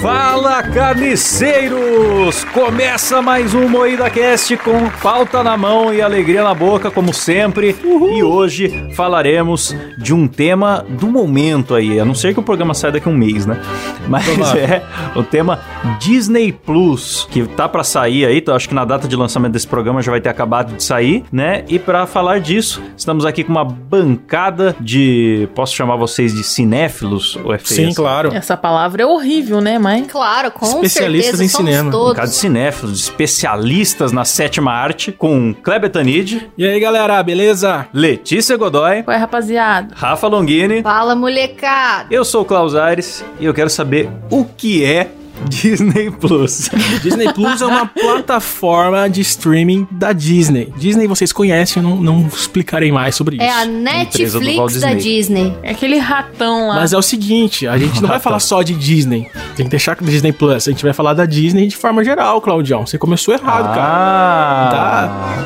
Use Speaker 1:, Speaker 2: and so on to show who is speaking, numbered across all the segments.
Speaker 1: Fala carniceiros! Começa mais um Moída Cast com pauta na mão e alegria na boca, como sempre. E hoje falaremos de um tema do momento aí, a não ser que o programa saia daqui a um mês, né? Mas é o tema Disney Plus, que tá pra sair aí, então acho que na data de lançamento desse programa já vai ter acabado de sair, né? E pra falar disso, estamos aqui com uma bancada de, posso chamar vocês de cinéfilos ou é feio
Speaker 2: Sim,
Speaker 1: essa?
Speaker 2: claro.
Speaker 3: Essa palavra é horrível, né, mãe?
Speaker 4: Claro, com
Speaker 2: Especialistas
Speaker 4: certeza,
Speaker 2: em
Speaker 4: somos
Speaker 2: cinema.
Speaker 1: Um
Speaker 4: Todos.
Speaker 1: bocado de cinéfilos, de especialistas na sétima arte, com Kleber Tanid,
Speaker 2: E aí, galera, beleza?
Speaker 1: Letícia Godoy,
Speaker 3: Qual é, rapaziada?
Speaker 1: Rafa Longini.
Speaker 4: Fala, molecada.
Speaker 1: Eu sou o Klaus Aires e eu quero saber o que é Disney Plus.
Speaker 2: Disney Plus é uma plataforma de streaming da Disney. Disney vocês conhecem, eu não, não explicarei mais sobre isso.
Speaker 4: É a
Speaker 1: Empresa do Walt
Speaker 4: Netflix da
Speaker 1: Disney.
Speaker 4: Disney.
Speaker 3: É aquele ratão lá.
Speaker 2: Mas é o seguinte, a gente não vai falar só de Disney. Tem que deixar com Disney Plus. A gente vai falar da Disney de forma geral, Claudião. Você começou errado, cara.
Speaker 1: Ah,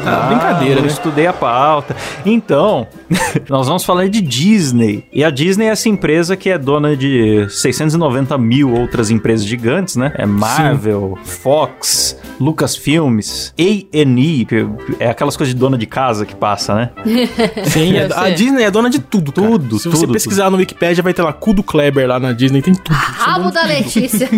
Speaker 2: Tá- tá brincadeira,
Speaker 1: eu
Speaker 2: né?
Speaker 1: estudei a pauta. Então, nós vamos falar de Disney. E a Disney é essa empresa que é dona de 690 mil outras empresas gigantes, né? É Marvel, Fox, Lucasfilmes, A&E, que é aquelas coisas de dona de casa que passa, né?
Speaker 2: Sim, é-
Speaker 3: Eu
Speaker 2: a
Speaker 3: sei.
Speaker 2: Disney é dona de tudo, cara.
Speaker 1: Tudo,
Speaker 2: Se você
Speaker 1: tudo,
Speaker 2: pesquisar no Wikipedia, vai ter lá cu do Kleber lá na Disney, tem tudo.
Speaker 4: Rabo da Letícia.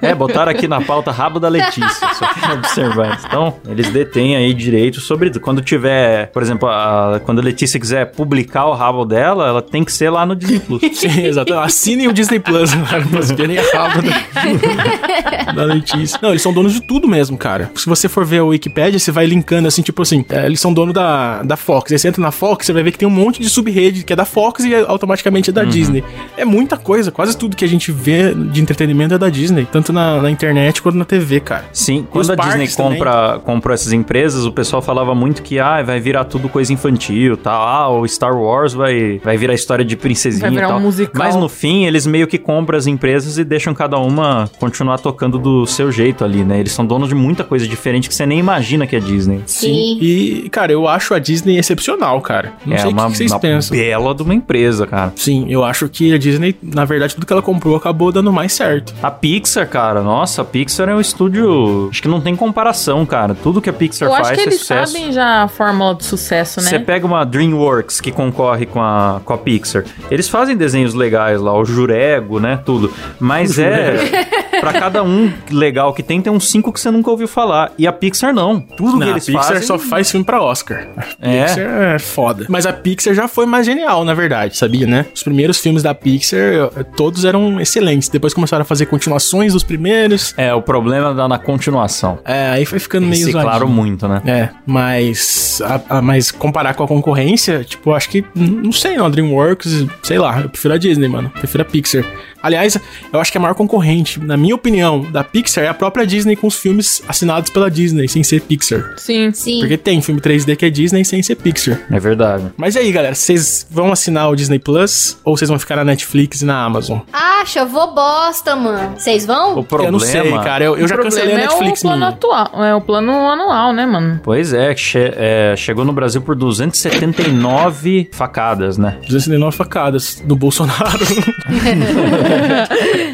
Speaker 1: É, botaram aqui na pauta rabo da Letícia, só pra observar. Então, eles detêm aí direito sobre. Quando tiver, por exemplo, a- quando a Letícia quiser publicar o rabo dela, ela tem que ser lá no Disney Plus.
Speaker 2: Sim, exato. Assinem o Disney Plus. cara. Não posso ver nem a capa da, da Letícia. Não, eles são donos de tudo mesmo, cara. Se você for ver a Wikipedia, você vai linkando assim, tipo assim, é, eles são dono da, da Fox. Aí você entra na Fox, você vai ver que tem um monte de sub-rede que é da Fox e é- automaticamente é
Speaker 1: Uhum.
Speaker 2: da Disney. É muita coisa. Quase tudo que a gente vê de entretenimento é da Disney. Tanto na, na internet quanto na TV, cara.
Speaker 1: Sim, quando
Speaker 2: os
Speaker 1: a Disney
Speaker 2: parques também.
Speaker 1: compra, comprou essas empresas, o pessoal falava muito que ah, vai virar tudo coisa infantil, tal. Ah, o Star Wars vai, vai virar história de princesinha
Speaker 3: Vai virar
Speaker 1: e tal.
Speaker 3: um musical.
Speaker 1: Mas no fim, eles meio que compram as empresas e deixam cada uma continuar tocando do seu jeito ali, né? Eles são donos de muita coisa diferente que você nem imagina que é Disney.
Speaker 4: Sim.
Speaker 2: E, cara, eu acho a Disney excepcional, cara. Não
Speaker 1: é
Speaker 2: sei
Speaker 1: uma,
Speaker 2: o que vocês
Speaker 1: uma
Speaker 2: pensam.
Speaker 1: bela de uma empresa, cara.
Speaker 2: Sim, eu acho que a Disney, na verdade, tudo que ela comprou acabou dando mais certo.
Speaker 1: A Pixar, cara, nossa, a Pixar é um estúdio. Acho que não tem comparação, cara. Tudo que a Pixar
Speaker 3: Eu
Speaker 1: faz
Speaker 3: acho que
Speaker 1: é
Speaker 3: eles
Speaker 1: sucesso.
Speaker 3: sabem já a fórmula do sucesso, né?
Speaker 1: Você pega uma DreamWorks que concorre com a, com a Pixar. Eles fazem desenhos legais lá, o Jurego, né? Tudo. Mas é. Pra cada um legal que tem, tem uns cinco que você nunca ouviu falar. E a Pixar não. Tudo
Speaker 2: Não,
Speaker 1: que
Speaker 2: a
Speaker 1: eles
Speaker 2: Pixar
Speaker 1: fazem.
Speaker 2: só faz filme pra Oscar. A
Speaker 1: É.
Speaker 2: Pixar é foda. Mas a Pixar já foi mais genial, na verdade, sabia, né? Os primeiros filmes da Pixar, eh, todos eram excelentes. Depois começaram a fazer continuações dos primeiros.
Speaker 1: É, o problema dá na continuação.
Speaker 2: É, aí foi ficando meio
Speaker 1: Reciclaram
Speaker 2: zoadinho.
Speaker 1: muito, né?
Speaker 2: É, mas, a, a- mas comparar com a concorrência, tipo, acho que, n- não sei não, a DreamWorks, sei lá, eu prefiro a Disney, mano, eu prefiro a Pixar. Aliás, eu acho que a maior concorrente, na minha opinião, da Pixar é a própria Disney com os filmes assinados pela Disney, sem ser Pixar.
Speaker 3: Sim.
Speaker 4: Sim.
Speaker 2: Porque tem filme 3D que é Disney sem ser Pixar.
Speaker 1: É verdade.
Speaker 2: Mas e aí, galera, vocês vão assinar o Disney Plus ou vocês vão ficar na Netflix e na Amazon?
Speaker 4: Acha, vou bosta, mano. Vocês vão?
Speaker 1: O problema.
Speaker 2: Eu não sei, cara. Eu, eu já
Speaker 3: o problema
Speaker 2: cancelei a Netflix,
Speaker 3: é o plano
Speaker 2: mano.
Speaker 3: atual, é o plano anual, né, mano?
Speaker 1: Pois é, que che- é, chegou no Brasil por 279 facadas, né?
Speaker 2: 209 facadas do Bolsonaro.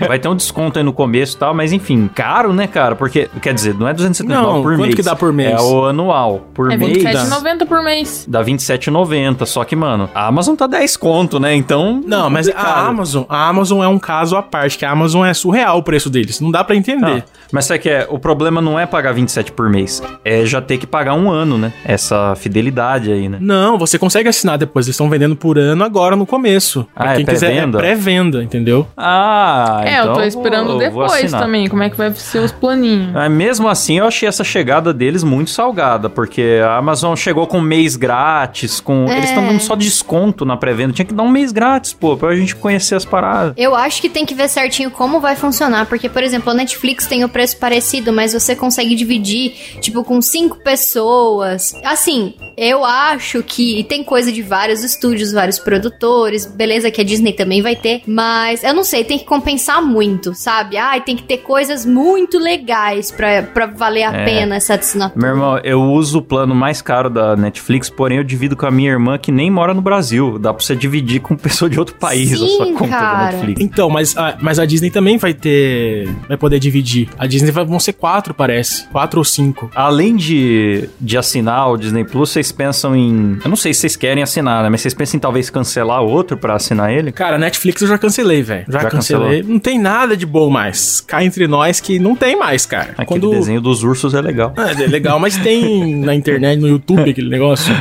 Speaker 1: Vai ter um desconto aí no começo e tal, mas enfim, caro, né, cara? Porque, quer dizer, não é 279
Speaker 2: Não,
Speaker 1: por
Speaker 2: quanto
Speaker 1: mês.
Speaker 2: que dá por mês?
Speaker 1: É o anual. Por
Speaker 3: é
Speaker 1: mês.
Speaker 3: R$27,90 por mês.
Speaker 1: Dá 27,90. Só que, mano, a Amazon tá 10 conto, né? Então.
Speaker 2: não, mas
Speaker 1: complicado.
Speaker 2: a Amazon, a Amazon é um caso à parte, que a Amazon é surreal o preço deles. Não dá pra entender.
Speaker 1: Ah, mas sabe que é? O problema não é pagar 27 por mês. É já ter que pagar um ano, né? Essa fidelidade aí, né?
Speaker 2: Não, você consegue assinar depois. Eles estão vendendo por ano agora no começo.
Speaker 1: Ah, é
Speaker 2: quem quiser
Speaker 1: pré-venda?
Speaker 2: é pré-venda, entendeu?
Speaker 1: Ah,
Speaker 3: é, eu
Speaker 1: então
Speaker 3: tô
Speaker 1: vou-
Speaker 3: esperando
Speaker 1: vou
Speaker 3: depois
Speaker 1: assinar.
Speaker 3: também, como é que vai ser os planinhos.
Speaker 1: Mas mesmo assim, eu achei essa chegada deles muito salgada, porque a Amazon chegou com mês grátis, com
Speaker 4: É.
Speaker 1: eles estão dando só desconto na pré-venda, tinha que dar um mês grátis, pô, pra gente conhecer as paradas.
Speaker 4: Eu acho que tem que ver certinho como vai funcionar, porque, por exemplo, a Netflix tem o preço parecido, mas você consegue dividir, tipo, com cinco pessoas. Assim, eu acho que e tem coisa de vários estúdios, vários produtores, beleza que a Disney também vai ter, mas eu não sei, tem que compensar muito, sabe? Ai, tem que ter coisas muito legais pra, pra valer a
Speaker 1: É.
Speaker 4: pena essa assinatura.
Speaker 1: Meu irmão, eu uso o plano mais caro da Netflix, porém eu divido com a minha irmã que nem mora no Brasil. Dá pra você dividir com pessoa de outro país a sua
Speaker 4: Sim,
Speaker 1: conta da
Speaker 4: cara.
Speaker 1: Netflix.
Speaker 2: Então, mas a, mas a Disney também vai ter. Vai poder dividir. A Disney vai, vão ser quatro, parece. Quatro ou cinco.
Speaker 1: Além de, de assinar o Disney Plus, vocês pensam em. Eu não sei se vocês querem assinar, né? Mas vocês pensam em talvez cancelar outro pra assinar ele?
Speaker 2: Cara, Netflix eu já cancelei, velho. Já,
Speaker 1: Já
Speaker 2: cancelei. Não tem nada de bom mais. Cá entre nós que não tem mais, cara.
Speaker 1: Aquele desenho dos ursos é legal.
Speaker 2: Ah, é legal, mas tem na internet, no YouTube, aquele negócio.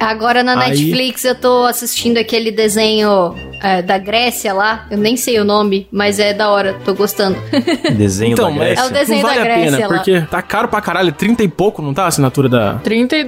Speaker 4: Agora na
Speaker 2: Aí-
Speaker 4: Netflix eu tô assistindo aquele desenho é, da Grécia lá, eu nem sei o nome, mas é da hora, tô gostando.
Speaker 1: Desenho
Speaker 2: Então,
Speaker 1: da
Speaker 2: mas
Speaker 1: Grécia.
Speaker 4: É o desenho
Speaker 2: não
Speaker 4: da
Speaker 2: vale a
Speaker 4: Grécia
Speaker 2: pena,
Speaker 4: lá.
Speaker 2: porque tá caro pra caralho, 30 e pouco, não tá a assinatura da...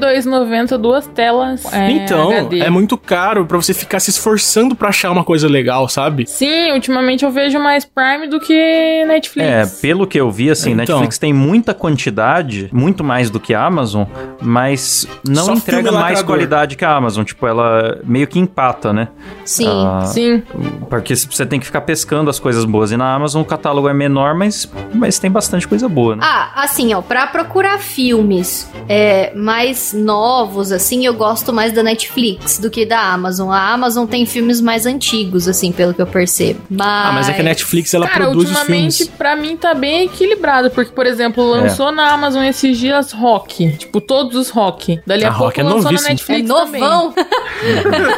Speaker 3: R$32,90, duas telas. é,
Speaker 2: então,
Speaker 3: HD.
Speaker 2: é muito caro pra você ficar se esforçando pra achar uma coisa legal, sabe?
Speaker 3: Sim, ultimamente eu vejo mais Prime do que Netflix.
Speaker 1: É, pelo que eu vi, assim,
Speaker 2: Então.
Speaker 1: Netflix tem muita quantidade, muito mais do que a Amazon, mas não
Speaker 2: Só
Speaker 1: entrega
Speaker 2: filme
Speaker 1: mais
Speaker 2: lacrador.
Speaker 1: qualidade que a Amazon. Tipo, ela meio que empata, né?
Speaker 4: Sim.
Speaker 1: Ah,
Speaker 3: Sim.
Speaker 1: Porque você tem que ficar pescando as coisas boas. E na Amazon o catálogo é menor, mas, mas tem bastante coisa boa, né?
Speaker 4: Ah, assim, ó, pra procurar filmes é, mais novos, assim, eu gosto mais da Netflix do que da Amazon. A Amazon tem filmes mais antigos, assim, pelo que eu percebo. Mas,
Speaker 2: Ah, mas é que a Netflix, ela
Speaker 3: Cara,
Speaker 2: produz os
Speaker 3: ultimamente
Speaker 2: filmes. É.
Speaker 3: pra mim tá bem equilibrado, porque, por exemplo, lançou na Amazon esses dias rock. Tipo, todos os rock. Dali a,
Speaker 2: Ah,
Speaker 3: pouco
Speaker 2: rock é
Speaker 3: lançou na
Speaker 2: novíssimo.
Speaker 4: É
Speaker 3: Netflix. também.
Speaker 4: novão.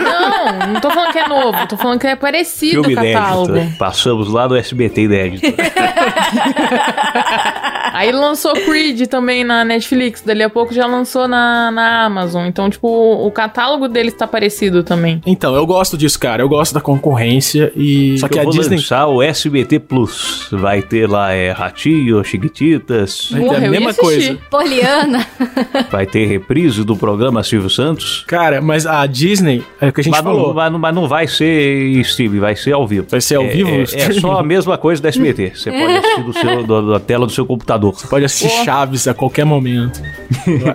Speaker 3: Não, não tô falando que é novo, tô falando que é parecido o catálogo.
Speaker 1: Passamos lá do SBT inédito.
Speaker 3: Aí lançou Creed também na Netflix, dali a pouco já lançou na, na Amazon. Então, tipo, o, o catálogo deles tá parecido também.
Speaker 2: Então, eu gosto disso, cara. Eu gosto da concorrência e...
Speaker 1: é
Speaker 2: Só que a Disney...
Speaker 1: o SBT Plus. Vai ter lá é, Ratinho, Chiquititas.
Speaker 2: Vai ter a
Speaker 3: Morreu,
Speaker 2: mesma
Speaker 3: ia assistir.
Speaker 2: coisa.
Speaker 4: Poliana.
Speaker 1: vai ter reprise do programa Silvio Santos.
Speaker 2: Cara, mas a Disney, é o que a gente
Speaker 1: Mas não,
Speaker 2: falou.
Speaker 1: mas, não, mas não vai ser stream, vai ser ao vivo.
Speaker 2: Vai ser ao
Speaker 1: É-
Speaker 2: vivo?
Speaker 1: É, é só a mesma coisa da SBT. Você pode assistir do seu- do- da tela do seu computador.
Speaker 2: Pode assistir Chaves a qualquer momento.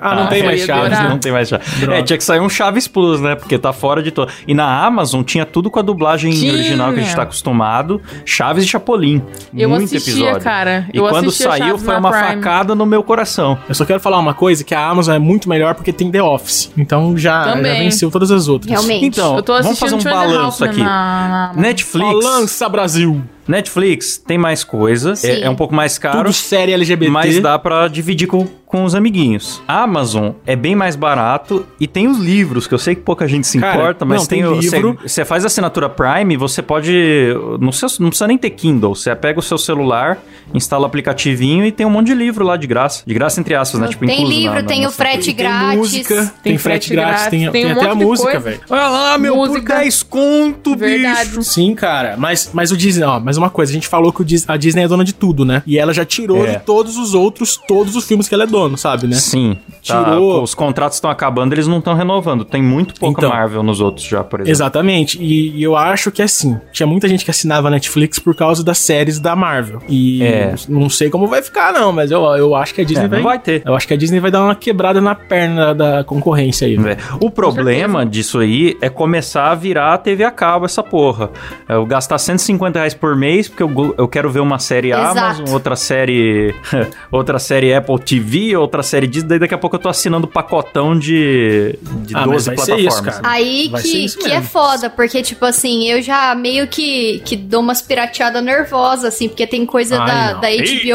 Speaker 2: ah, não
Speaker 1: Ah,
Speaker 2: tem
Speaker 3: eu
Speaker 2: mais
Speaker 3: ia
Speaker 2: Chaves,
Speaker 3: adorar.
Speaker 2: não.
Speaker 1: Não tem mais Chaves.
Speaker 2: Droga.
Speaker 1: É, tinha que sair um Chaves Plus, né? Porque tá fora de todo. E na Amazon tinha tudo com a dublagem
Speaker 3: Tinha.
Speaker 1: original que a gente tá acostumado. Chaves e Chapolin.
Speaker 3: Eu
Speaker 1: Muito
Speaker 3: assistia,
Speaker 1: episódio.
Speaker 3: cara.
Speaker 1: E
Speaker 3: Eu
Speaker 1: quando
Speaker 3: assistia
Speaker 1: saiu
Speaker 3: Chaves
Speaker 1: foi
Speaker 3: na
Speaker 1: uma
Speaker 3: Prime.
Speaker 1: facada no meu coração.
Speaker 2: Eu só quero falar uma coisa, que a Amazon é muito melhor porque tem The Office. Então já, já
Speaker 3: Também.
Speaker 2: venceu todas as outras.
Speaker 4: Realmente.
Speaker 1: Então,
Speaker 3: Eu tô
Speaker 1: vamos
Speaker 3: assistindo
Speaker 1: fazer um
Speaker 3: Two and a
Speaker 1: balanço
Speaker 3: Half Men
Speaker 1: aqui.
Speaker 3: Na, na
Speaker 2: Né?
Speaker 3: Amazon.
Speaker 1: Netflix,
Speaker 2: Balança Brasil.
Speaker 1: Netflix tem mais coisa,
Speaker 4: Sim.
Speaker 1: é, é um pouco mais caro.
Speaker 2: Tudo série LGBT.
Speaker 1: Mas dá pra dividir com, com os amiguinhos. A Amazon é bem mais barato e tem os livros, que eu sei que pouca gente se
Speaker 2: Cara,
Speaker 1: importa, mas
Speaker 2: não,
Speaker 1: tem,
Speaker 2: tem
Speaker 1: o- cê-
Speaker 2: livro.
Speaker 1: Você faz assinatura Prime, você pode. Não, sei- não precisa nem ter Kindle. Você pega o seu celular, instala o aplicativinho e tem um monte de livro lá de graça. De graça, entre aspas, né? Tipo,
Speaker 4: tem
Speaker 1: incluso na-
Speaker 4: livro,
Speaker 1: na-
Speaker 4: tem
Speaker 1: na
Speaker 4: o frete
Speaker 2: tem
Speaker 4: grátis.
Speaker 2: música, tem, frete grátis, tem, tem
Speaker 3: um
Speaker 2: até
Speaker 3: monte
Speaker 2: a
Speaker 3: de
Speaker 2: música,
Speaker 3: coisa.
Speaker 2: velho.
Speaker 1: Olha lá, meu, por
Speaker 3: Música.
Speaker 1: 10 conto,
Speaker 3: Verdade.
Speaker 1: bicho.
Speaker 2: Sim, cara, mas, mas o Disney, ó, mas uma coisa, a gente falou que o Dis- a Disney é dona de tudo, né? E ela já tirou
Speaker 1: É.
Speaker 2: de todos os outros, todos os filmes que ela é dona, sabe, né?
Speaker 1: Sim, tá,
Speaker 2: Tirou.
Speaker 1: os contratos estão acabando, eles não estão renovando. Tem muito pouca
Speaker 2: Então.
Speaker 1: Marvel nos outros já, por exemplo.
Speaker 2: Exatamente, e, e eu acho que é assim, tinha muita gente que assinava a Netflix por causa das séries da Marvel. E
Speaker 1: É.
Speaker 2: não sei como vai ficar, não, mas eu, eu acho que a Disney
Speaker 1: É,
Speaker 2: vai.
Speaker 1: não vai ter.
Speaker 2: Eu acho que a Disney vai dar uma quebrada na perna da concorrência aí.
Speaker 1: É. O problema disso aí é começar a virar a TV a cabo, essa porra. Eu gastar 150 reais por mês, porque eu, go- eu quero ver uma série
Speaker 4: Exato.
Speaker 1: Amazon, outra série. outra série Apple TV, outra série Disney, daí daqui a pouco eu tô assinando pacotão de, de
Speaker 2: Ah,
Speaker 1: 12
Speaker 2: mas vai ser isso,
Speaker 1: plataformas.
Speaker 2: cara.
Speaker 4: Aí
Speaker 2: Vai ser
Speaker 4: que,
Speaker 2: isso
Speaker 4: que é
Speaker 2: mesmo.
Speaker 4: foda, porque, tipo assim, eu já meio que, que dou umas pirateadas nervosas, assim, porque tem coisa
Speaker 2: Ai,
Speaker 4: da,
Speaker 2: não.
Speaker 4: da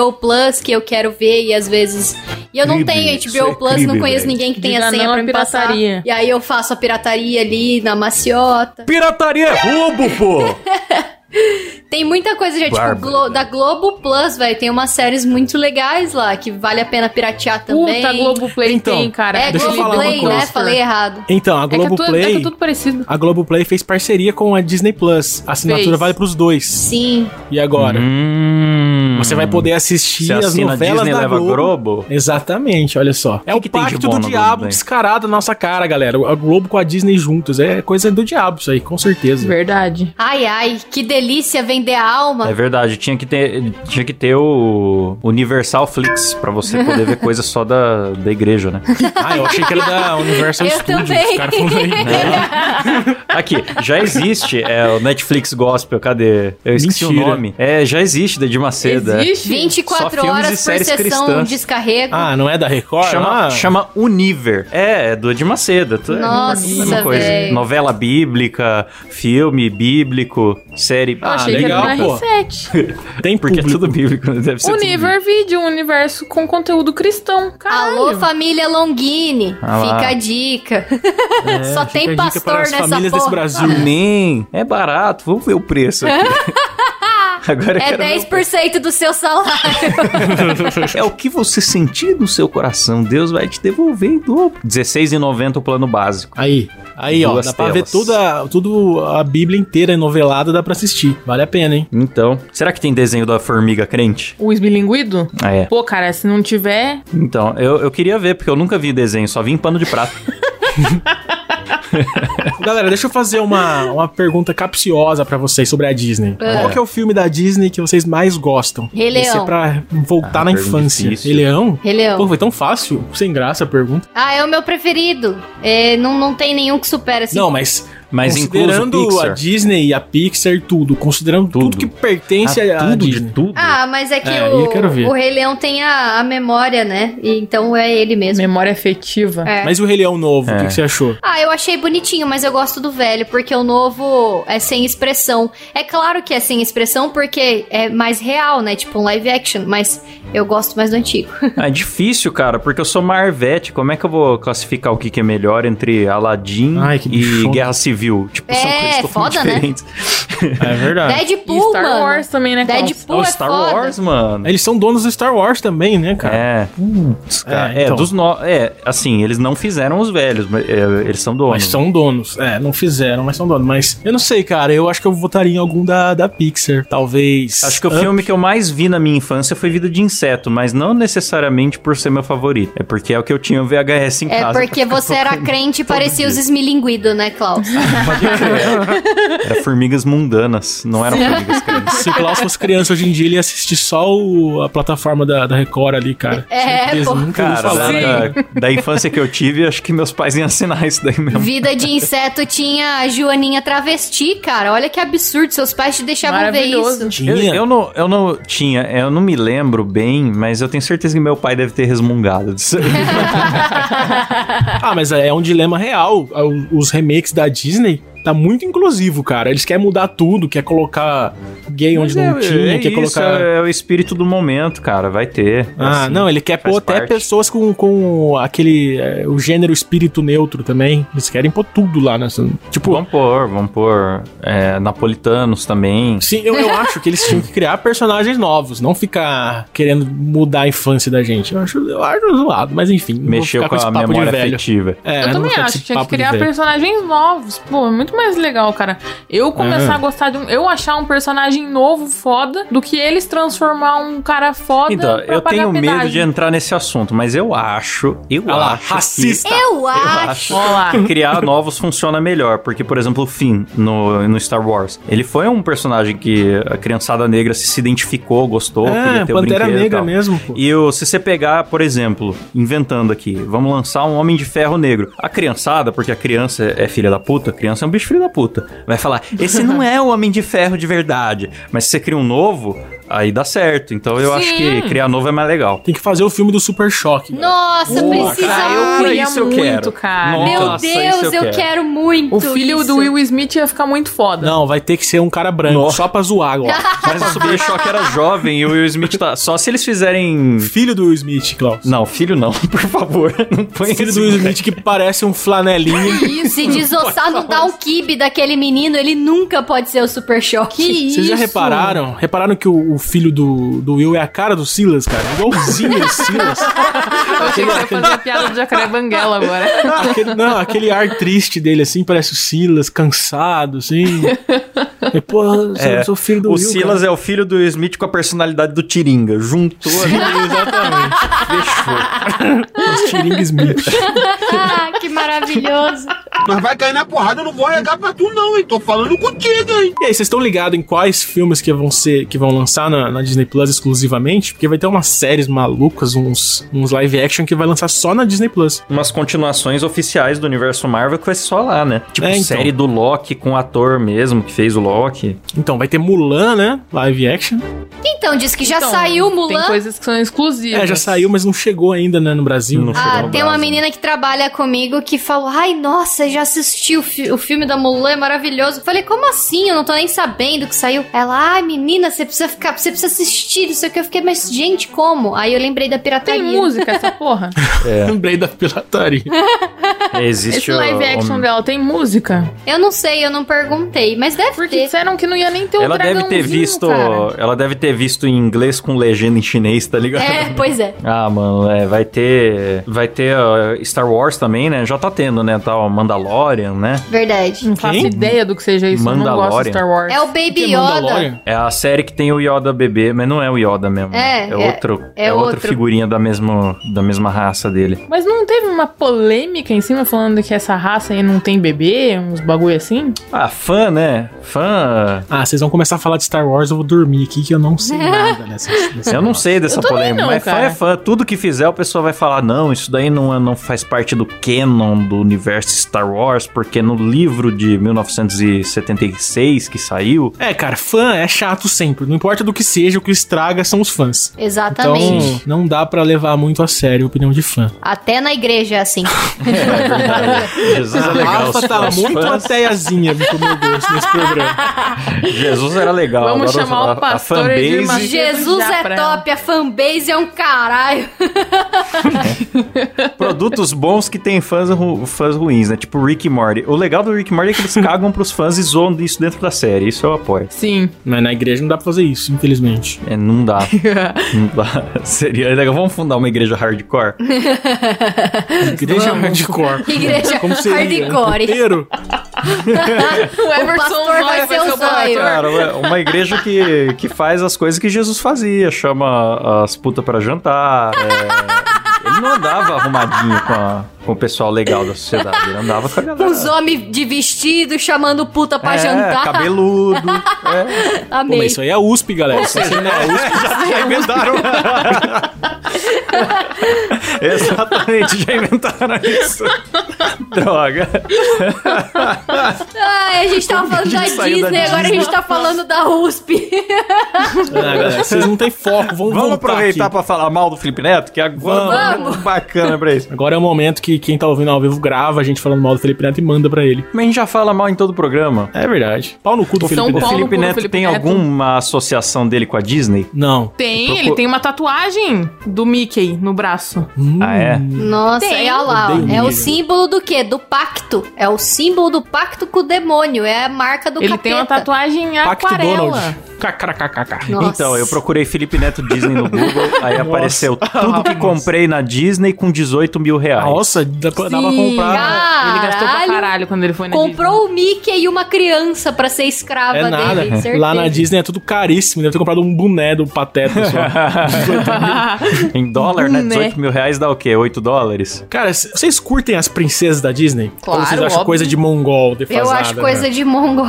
Speaker 4: HBO Plus que eu quero ver e às vezes. E eu não
Speaker 1: Cribe,
Speaker 4: tenho
Speaker 1: isso
Speaker 4: HBO
Speaker 1: é
Speaker 4: Plus, não
Speaker 1: cribe,
Speaker 4: conheço
Speaker 1: velho.
Speaker 4: ninguém que tenha
Speaker 3: Diga
Speaker 4: senha
Speaker 3: não
Speaker 4: pra
Speaker 3: à
Speaker 4: me passar.
Speaker 3: pirataria.
Speaker 4: E aí eu faço a pirataria ali na maciota.
Speaker 1: Pirataria é roubo, pô!
Speaker 4: Tem muita coisa já,
Speaker 1: Bárbara.
Speaker 4: tipo,
Speaker 2: né?
Speaker 4: Glo- da Globo Plus, velho, tem umas séries muito legais lá que vale a pena piratear também.
Speaker 3: Puta, Globoplay
Speaker 2: Então,
Speaker 3: tem, cara.
Speaker 4: É,
Speaker 2: Deixa eu falar uma
Speaker 4: Globoplay, né?
Speaker 2: coisa.
Speaker 4: Falei errado.
Speaker 2: Então, a
Speaker 3: É que, é, tudo, é
Speaker 2: Globoplay.
Speaker 3: que é tudo parecido.
Speaker 2: A Globoplay fez parceria com a Disney Plus. A assinatura
Speaker 3: Fez.
Speaker 2: vale pros dois.
Speaker 4: Sim.
Speaker 2: E agora?
Speaker 1: Hum,
Speaker 2: Você vai poder assistir
Speaker 1: Se
Speaker 2: as
Speaker 1: assina
Speaker 2: novelas
Speaker 1: Disney
Speaker 2: da
Speaker 1: leva
Speaker 2: Globo.
Speaker 1: Globo.
Speaker 2: Exatamente, olha só. é
Speaker 1: que
Speaker 2: o
Speaker 1: que tem de
Speaker 2: pacto
Speaker 1: bom na
Speaker 2: do
Speaker 1: Globo,
Speaker 2: diabo
Speaker 1: velho?
Speaker 2: descarado na nossa cara, galera. A Globo com a Disney juntos. É coisa do diabo isso aí, com certeza.
Speaker 3: Verdade.
Speaker 4: Ai, ai, que delícia vender a alma.
Speaker 1: É verdade, tinha que ter, tinha que ter o Universal Flix pra você poder ver coisa só da, da igreja, né?
Speaker 2: Ah, eu achei que era da Universal
Speaker 4: Eu
Speaker 2: Studios.
Speaker 4: também.
Speaker 2: Os caras falando aí. É.
Speaker 1: Aqui, já existe é, o Netflix Gospel, cadê? Eu esqueci
Speaker 2: Mentira.
Speaker 1: o nome. É, já existe da Edir Macedo. é.
Speaker 3: Existe?
Speaker 4: 24
Speaker 1: Só filmes e
Speaker 4: horas por
Speaker 1: séries
Speaker 4: sessão um
Speaker 1: cristãs.
Speaker 4: descarrego.
Speaker 2: Ah, não é da Record?
Speaker 1: Chama,
Speaker 2: Ah,
Speaker 1: chama Univer. É, é do Edir Macedo. tu- é
Speaker 4: Nossa,
Speaker 1: a mesma
Speaker 4: velho.
Speaker 1: Novela bíblica, filme bíblico, série.
Speaker 3: Eu achei
Speaker 2: legal,
Speaker 3: que era
Speaker 2: pô.
Speaker 3: do R7.
Speaker 2: Tem
Speaker 1: Porque é
Speaker 2: público.
Speaker 1: tudo bíblico, né? deve ser. tudo bíblico.
Speaker 3: Univer Video, um universo com conteúdo cristão. Caralho.
Speaker 4: Alô, família Longini.
Speaker 1: Ah lá.
Speaker 4: Fica a dica. Só
Speaker 2: É, Fica a
Speaker 4: tem
Speaker 2: dica para
Speaker 4: pastor
Speaker 2: as
Speaker 4: nessa
Speaker 2: famílias desse
Speaker 4: porra.
Speaker 2: Brasil.
Speaker 1: Nem. É barato. Vamos ver o preço aqui. Agora eu
Speaker 4: É
Speaker 1: quero ver o
Speaker 4: 10% do seu salário.
Speaker 1: É o que você sentir no seu coração, Deus vai te devolver em dobro. R$16,90 o plano básico.
Speaker 2: Aí, aí, ó,
Speaker 1: Duas
Speaker 2: dá pra
Speaker 1: telas.
Speaker 2: ver toda, tudo a Bíblia inteira novelada, dá pra assistir. Vale a pena, hein?
Speaker 1: Então, será que tem desenho da formiga crente?
Speaker 3: O esbilinguido?
Speaker 1: Ah, é.
Speaker 3: Pô, cara, se não tiver,
Speaker 1: Então, eu, eu queria ver, porque eu nunca vi desenho, só vi em pano de prato.
Speaker 2: Galera, deixa eu fazer uma, uma pergunta capciosa pra vocês sobre a Disney.
Speaker 4: É.
Speaker 2: Qual que é o filme da Disney que vocês mais gostam?
Speaker 4: Rei
Speaker 2: Esse
Speaker 4: Leão.
Speaker 2: é pra voltar
Speaker 1: Ah,
Speaker 2: na
Speaker 1: pergunta
Speaker 2: infância.
Speaker 1: difícil.
Speaker 2: Rei Leão?
Speaker 4: Rei Leão.
Speaker 2: Pô,
Speaker 1: Então.
Speaker 2: foi tão fácil. Sem graça a pergunta.
Speaker 4: Ah, é o meu preferido. É, não, não tem nenhum que supera assim.
Speaker 2: Não, mas...
Speaker 1: Mas
Speaker 2: considerando
Speaker 1: incluso Pixar.
Speaker 2: a Disney e a Pixar e tudo, considerando tudo,
Speaker 1: Tudo.
Speaker 2: que pertence
Speaker 1: Ah,
Speaker 2: à
Speaker 1: tudo de
Speaker 2: Disney.
Speaker 1: tudo.
Speaker 4: Ah, mas é que
Speaker 2: É,
Speaker 4: o,
Speaker 2: eu quero ver.
Speaker 4: o Rei Leão tem a, a memória, né? E então é ele mesmo.
Speaker 3: memória afetiva.
Speaker 4: É.
Speaker 2: Mas e o Rei Leão novo, o
Speaker 1: É.
Speaker 2: que, que você achou?
Speaker 4: Ah, eu achei bonitinho, mas eu gosto do velho, porque o novo é sem expressão. É claro que é sem expressão, porque é mais real, né? Tipo um live action, mas eu gosto mais do antigo.
Speaker 1: Ah, é difícil, cara, porque eu sou Marvete. Como é que eu vou classificar o que, que é melhor entre Aladdin
Speaker 2: Ai, que
Speaker 1: e
Speaker 2: bichona.
Speaker 1: Guerra Civil? Tipo, são
Speaker 4: É,
Speaker 1: coisas totalmente
Speaker 4: foda, né?
Speaker 1: diferentes.
Speaker 2: É
Speaker 1: Ah.
Speaker 2: verdade.
Speaker 3: E
Speaker 4: Deadpool,
Speaker 3: Star
Speaker 4: mano.
Speaker 3: Wars também, né, Klaus?
Speaker 1: É
Speaker 4: Deadpool
Speaker 1: o
Speaker 4: é
Speaker 1: Star
Speaker 4: foda.
Speaker 1: Wars, mano.
Speaker 2: Eles são donos do Star Wars também, né, É, cara?
Speaker 1: É. Putz, cara.
Speaker 2: É,
Speaker 1: É,
Speaker 2: então.
Speaker 1: dos no... É, assim, eles não fizeram os velhos, mas é, eles são donos.
Speaker 2: Mas são donos. É, não fizeram, mas são donos. Mas eu não sei, cara. Eu acho que eu votaria em algum da, da Pixar. Talvez.
Speaker 1: Acho que o
Speaker 2: Up.
Speaker 1: filme que eu mais vi na minha infância foi Vida de Inseto, mas não necessariamente por ser meu favorito. É porque é o que eu tinha o VHS em
Speaker 4: É
Speaker 1: casa.
Speaker 4: porque você era crente e parecia os esmilinguidos, né, Klaus?
Speaker 1: Era formigas mundanas, não eram formigas crentes.
Speaker 2: Ah, Se o Klaus fosse criança hoje em dia, ele ia assistir só o- a plataforma da, da Record ali, cara.
Speaker 4: É,
Speaker 2: Certeza,
Speaker 4: pô.
Speaker 2: nunca ouvi
Speaker 1: Cara, é,
Speaker 2: falar, né?
Speaker 1: da, da- da infância que eu tive, acho que meus pais iam assinar isso daí mesmo.
Speaker 4: Vida de inseto tinha a Joaninha travesti, cara. Olha que absurdo. Seus pais te deixavam ver isso.
Speaker 3: Maravilhoso.
Speaker 2: Tinha.
Speaker 1: Eu, eu não, eu não tinha, eu não me lembro bem, mas eu tenho certeza que meu pai deve ter resmungado disso.
Speaker 2: Ah, mas é um dilema real. O- Os remakes da Disney tá muito inclusivo, cara. Eles querem mudar tudo, quer colocar gay onde
Speaker 1: Mas
Speaker 3: é,
Speaker 2: não tinha, quer
Speaker 1: É isso,
Speaker 2: colocar.
Speaker 1: é o espírito do momento, cara, vai ter.
Speaker 2: Ah,
Speaker 1: assim.
Speaker 2: não, ele quer
Speaker 1: faz
Speaker 2: pôr até
Speaker 1: parte.
Speaker 2: pessoas com, com aquele. é, o gênero espírito neutro também. Eles querem pôr tudo lá nessa. Tipo,
Speaker 1: Vamos pôr, vamos pôr é, napolitanos também.
Speaker 2: Sim, eu, eu acho que eles tinham que criar personagens novos, não ficar querendo mudar a infância da gente. Eu acho, eu acho zoado, mas enfim. não vou
Speaker 1: Mexeu
Speaker 2: ficar
Speaker 1: com, a
Speaker 2: esse papo de
Speaker 1: memória
Speaker 2: velho.
Speaker 1: afetiva.
Speaker 2: É,
Speaker 3: eu
Speaker 2: não vou
Speaker 3: também
Speaker 2: ficar com
Speaker 3: acho,
Speaker 2: esse
Speaker 3: tinha que
Speaker 2: papo de
Speaker 3: criar
Speaker 2: velho.
Speaker 3: personagens novos. Pô, é muito mais legal, cara. Eu começar
Speaker 2: É.
Speaker 3: a gostar de um. Eu achar um personagem novo foda do que eles transformar um cara foda.
Speaker 1: Então,
Speaker 3: pra
Speaker 1: eu
Speaker 3: pagar
Speaker 1: tenho medo
Speaker 3: pedágio.
Speaker 1: de entrar nesse assunto, mas eu acho, eu
Speaker 2: Ah lá,
Speaker 1: acho que-
Speaker 2: racista.
Speaker 4: Eu acho.
Speaker 1: acho.
Speaker 3: Ó lá.
Speaker 1: que criar novos funciona melhor, porque, por exemplo, o Finn no, no Star Wars, ele foi um personagem que a criançada negra se, se identificou, gostou,
Speaker 2: É,
Speaker 1: queria ter o
Speaker 2: Pantera
Speaker 1: brinquedo e
Speaker 2: Negra
Speaker 1: tal.
Speaker 2: mesmo, pô.
Speaker 1: E o- se você pegar, por exemplo, inventando aqui, vamos lançar um Homem de Ferro Negro. A criançada, porque a criança é filha da puta, a criança é um bicho filho da puta, vai falar: esse não é o Homem de Ferro de verdade. Mas se você cria um novo, aí dá certo. Então eu acho
Speaker 3: Sim.
Speaker 1: que criar novo é mais legal.
Speaker 2: Tem que fazer o filme do Super Choque.
Speaker 4: Nossa,
Speaker 2: Pô,
Speaker 4: precisa
Speaker 3: cara, eu
Speaker 4: muito.
Speaker 3: queria é muito, cara.
Speaker 4: Meu
Speaker 1: Nossa, isso
Speaker 4: Deus, eu, quero. muito.
Speaker 3: O filho
Speaker 4: isso.
Speaker 3: do Will Smith ia ficar muito foda.
Speaker 2: Não, vai ter que ser um cara branco,
Speaker 1: Nossa.
Speaker 2: só pra zoar agora.
Speaker 1: Mas o Super Choque era jovem e o Will Smith tá. Só se eles fizerem.
Speaker 2: Filho do Will Smith, Klaus.
Speaker 1: Não, filho não, por favor. Não põe
Speaker 2: Filho
Speaker 1: esse
Speaker 2: do Will
Speaker 1: moleque.
Speaker 2: Smith que parece um flanelinha.
Speaker 4: Se desossar não dá um kibe daquele menino, ele nunca pode ser o super choque.
Speaker 3: Que isso?
Speaker 2: Vocês já repararam? Repararam que o, o o filho do, do Will é a cara do Silas, cara. Igualzinho o Silas.
Speaker 3: Eu achei que você ia fazer a piada do Jacaré Banguela agora.
Speaker 2: Ah, aquele- não, aquele ar triste dele, assim, parece o Silas, cansado, assim. E, Pô, eu sou-
Speaker 1: É,
Speaker 2: sou filho do
Speaker 1: o
Speaker 2: Will,
Speaker 1: Silas é o filho do Smith com a personalidade do Tiringa. Juntou ali,
Speaker 2: Exatamente.
Speaker 1: fechou.
Speaker 2: Os Tiringa Smith.
Speaker 4: Ah, que maravilhoso.
Speaker 5: Mas vai cair na porrada, eu não vou arregar pra tu não, hein? Tô falando contigo, hein?
Speaker 2: E aí, vocês estão ligados em quais filmes que vão ser que vão lançar na, na Disney Plus exclusivamente? Porque vai ter umas séries malucas, uns, uns live action que vai lançar só na Disney Plus.
Speaker 1: Umas continuações oficiais do universo Marvel que vai ser só lá, né? Tipo,
Speaker 2: É, então.
Speaker 1: série do Loki com o ator mesmo que fez o Loki.
Speaker 2: Então, vai ter Mulan, né? Live action.
Speaker 4: Então, diz que já
Speaker 3: Então,
Speaker 4: saiu Mulan.
Speaker 3: Tem coisas que são exclusivas.
Speaker 2: É, já saiu, mas não chegou ainda, né, no Brasil.
Speaker 1: Não chegou
Speaker 4: Ah,
Speaker 1: no
Speaker 4: tem uma
Speaker 1: Brasil.
Speaker 4: menina que trabalha comigo que falou: Ai, nossa, já assisti o, fi- o filme da Mulan, é maravilhoso. Falei, como assim? Eu não tô nem sabendo que saiu. Ela, ai, menina, você precisa ficar, você precisa assistir, não sei o que. Eu fiquei, mas, gente, como? Aí eu lembrei da pirataria.
Speaker 3: Tem música essa porra.
Speaker 2: Lembrei da pirataria.
Speaker 1: Existe
Speaker 3: Esse live
Speaker 1: o-
Speaker 3: action dela tem música.
Speaker 4: Eu não sei, eu não perguntei, mas deve
Speaker 3: Porque
Speaker 4: ter.
Speaker 3: disseram que não ia nem ter o
Speaker 1: Ela deve ter
Speaker 3: dragãozinho,
Speaker 1: visto.
Speaker 3: cara.
Speaker 1: Ela deve ter visto em inglês com legenda em chinês, tá ligado?
Speaker 4: É, pois é.
Speaker 1: Ah, mano, é, vai ter. Vai ter ó, Star Wars também, né? Já tá tendo, né? Tal Mandalorian, né?
Speaker 4: Verdade.
Speaker 3: Não faço
Speaker 2: Quem?
Speaker 3: ideia do que seja isso. Eu não gosto de
Speaker 1: Mandalorian.
Speaker 3: Star Wars.
Speaker 4: É o
Speaker 2: Que
Speaker 4: Baby
Speaker 2: é
Speaker 4: Yoda.
Speaker 2: Mandalorian?
Speaker 1: É a série que tem o Yoda bebê, mas não é o Yoda mesmo.
Speaker 4: É,
Speaker 1: né?
Speaker 4: é-
Speaker 1: outro.
Speaker 4: é
Speaker 1: É, outra
Speaker 4: outro.
Speaker 1: figurinha da, mesmo, da mesma raça dele.
Speaker 3: Mas não teve uma polêmica em cima falando que essa raça aí não tem bebê, uns bagulho assim?
Speaker 1: Ah, fã, né? Fã.
Speaker 2: Ah, vocês vão começar a falar de Star Wars, eu vou dormir aqui que eu não sei nada nessa. nessa
Speaker 1: Eu não sei dessa
Speaker 3: Eu também
Speaker 1: polêmica,
Speaker 3: não,
Speaker 1: mas fã
Speaker 3: cara.
Speaker 1: é fã. Tudo que fizer, o pessoal vai falar: não, isso daí não, é- não faz parte do canon do universo Star Wars, porque no livro de 1976 que saiu,
Speaker 2: É, cara, fã é chato sempre. Não importa do que seja, o que estraga são os fãs. Então,
Speaker 4: Exatamente.
Speaker 2: não dá pra levar muito a sério a opinião de fã.
Speaker 4: Até na igreja é assim.
Speaker 1: Jesus é
Speaker 2: A
Speaker 1: legal.
Speaker 2: Rafa tá
Speaker 1: os
Speaker 2: muito
Speaker 1: fãs-
Speaker 2: ateiazinha pro meu gosto nesse programa.
Speaker 1: Jesus era legal.
Speaker 3: Vamos
Speaker 1: agora
Speaker 3: chamar
Speaker 1: a-
Speaker 3: o pastor
Speaker 1: A
Speaker 3: Edir
Speaker 1: fanbase.
Speaker 3: Macedo.
Speaker 4: Jesus
Speaker 3: Já pra
Speaker 4: é
Speaker 3: ela.
Speaker 4: top, a fanbase é um caralho.
Speaker 1: Produtos bons que tem fãs, ru- fãs ruins, né? Tipo Rick e Morty. O legal do Rick e Morty é que eles cagam pros fãs e zoam disso dentro da série. Isso eu apoio.
Speaker 3: Sim.
Speaker 2: Mas na igreja não dá pra fazer isso, infelizmente.
Speaker 1: É, não dá. não dá. Seria legal. Vamos fundar uma igreja hardcore?
Speaker 2: Igreja é hardcore.
Speaker 4: Igreja
Speaker 2: Como seria? Um
Speaker 4: hardcore.
Speaker 2: puteiro?
Speaker 3: O Everson
Speaker 4: pastor vai
Speaker 3: Zoy
Speaker 4: ser o
Speaker 3: pastor.
Speaker 4: Zoy.
Speaker 1: Ah, Cara, uma- uma igreja que, que faz as coisas que Jesus fazia. Chama as putas pra jantar. é. Ele não andava arrumadinho com, a- com o pessoal legal da sociedade. Ele andava com a galera.
Speaker 4: Os homens de vestido chamando puta pra
Speaker 1: É,
Speaker 4: jantar.
Speaker 1: cabeludo. É.
Speaker 2: Pô,
Speaker 4: Amei.
Speaker 2: mas isso aí é USP, galera. Isso aí não é USP.
Speaker 1: já inventaram. Exatamente, já inventaram isso. Droga.
Speaker 4: Ai, a gente tava falando da
Speaker 1: gente saiu
Speaker 4: Disney,
Speaker 1: da
Speaker 4: agora a gente tá falando da USP.
Speaker 2: Ah, galera, vocês não têm foco.
Speaker 1: Vamos
Speaker 2: Vamos, voltar
Speaker 1: aproveitar
Speaker 2: aqui.
Speaker 1: pra falar mal do Felipe Neto, que agora
Speaker 4: Vamos.
Speaker 1: é bacana pra isso.
Speaker 2: Agora é o momento que quem tá ouvindo ao vivo grava a gente falando mal do Felipe Neto e manda pra ele.
Speaker 1: Mas a gente já fala mal em todo o programa.
Speaker 2: É verdade. Pau no cu do
Speaker 3: São
Speaker 2: Felipe
Speaker 1: O
Speaker 2: Neto.
Speaker 3: Paulo
Speaker 1: Felipe
Speaker 3: no cu do
Speaker 1: Neto
Speaker 3: Felipe
Speaker 1: tem
Speaker 3: Neto.
Speaker 1: alguma associação dele com a Disney?
Speaker 2: Não.
Speaker 3: Tem,
Speaker 1: Procura-
Speaker 3: ele tem uma tatuagem do Mickey no braço.
Speaker 1: Ah, é?
Speaker 4: Nossa,
Speaker 3: Tem.
Speaker 4: e olha lá, ó.
Speaker 2: Odeio
Speaker 4: é o
Speaker 2: milho.
Speaker 4: símbolo do quê? Do pacto. É o símbolo do pacto com o demônio, é a marca do
Speaker 3: ele
Speaker 4: capeta.
Speaker 3: tem uma tatuagem em
Speaker 2: Pacto
Speaker 3: aquarela.
Speaker 2: Donald. KKKKK.
Speaker 4: Nossa.
Speaker 1: Então, eu procurei Felipe Neto Disney no Google, aí
Speaker 2: Nossa.
Speaker 1: apareceu tudo que
Speaker 2: Nossa.
Speaker 1: comprei na Disney com 18 mil reais.
Speaker 2: Ah, Nossa, dá pra, dá pra
Speaker 3: Sim.
Speaker 2: comprar.
Speaker 3: Ele gastou pra
Speaker 4: Caralho.
Speaker 3: caralho quando ele foi na
Speaker 4: Comprou o Mickey e uma criança pra ser escrava
Speaker 2: É nada.
Speaker 4: dele, certeza.
Speaker 2: Lá na Disney é tudo caríssimo. Deve ter comprado um boné do Pateta só.
Speaker 3: Disney.
Speaker 1: Em dólar, né?
Speaker 3: Né?
Speaker 1: 18 mil reais dá o quê? 8 dólares?
Speaker 2: Cara, c- vocês curtem as princesas da Disney?
Speaker 3: Claro,
Speaker 2: Ou vocês acham
Speaker 3: óbvio.
Speaker 2: coisa de mongol defasada?
Speaker 4: Eu acho coisa
Speaker 2: né?
Speaker 4: de mongol.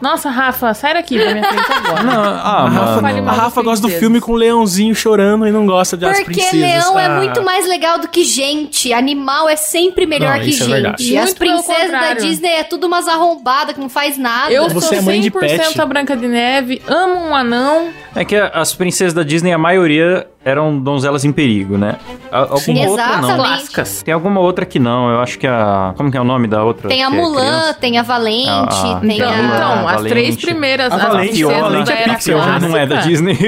Speaker 3: Nossa, Rafa, sai daqui da minha frente agora.
Speaker 1: Não, ah,
Speaker 2: A Rafa,
Speaker 3: Fale
Speaker 1: mano.
Speaker 2: a
Speaker 3: mal
Speaker 2: Rafa
Speaker 3: das
Speaker 2: gosta do
Speaker 3: princesas.
Speaker 2: filme com o leãozinho chorando e não gosta de as
Speaker 4: Porque
Speaker 2: princesas.
Speaker 4: leão é
Speaker 2: Ah.
Speaker 4: muito mais legal do que gente. Animal é sempre melhor
Speaker 2: Não,
Speaker 4: que
Speaker 2: isso é
Speaker 4: gente.
Speaker 2: verdade.
Speaker 4: As
Speaker 3: Muito pelo
Speaker 4: princesas da
Speaker 3: contrário.
Speaker 4: Disney é tudo umas arrombadas que não faz nada.
Speaker 3: Eu
Speaker 2: Você
Speaker 3: sou
Speaker 2: é mãe de
Speaker 3: 100%
Speaker 2: pet.
Speaker 3: a Branca de Neve, amo um anão.
Speaker 1: É que as princesas da Disney, a maioria eram donzelas em perigo, né? A- Alguma
Speaker 2: Sim.
Speaker 1: outra não.
Speaker 4: Exatamente.
Speaker 3: Clássicas.
Speaker 1: Tem alguma outra que não. Eu acho que a. Como que é o nome da outra?
Speaker 4: Tem a
Speaker 1: que é
Speaker 4: Mulan,
Speaker 1: criança?
Speaker 4: tem a Valente,
Speaker 1: Ah, ah.
Speaker 4: tem
Speaker 3: Então,
Speaker 1: a-
Speaker 3: então,
Speaker 1: a
Speaker 3: as três
Speaker 1: Valente.
Speaker 3: primeiras.
Speaker 2: A
Speaker 3: as
Speaker 2: Valente,
Speaker 1: princesas.
Speaker 2: a
Speaker 1: Fiona.
Speaker 2: Valente
Speaker 3: da
Speaker 2: é
Speaker 3: era
Speaker 2: Pixar, né?
Speaker 3: clássica.
Speaker 1: não é da Disney.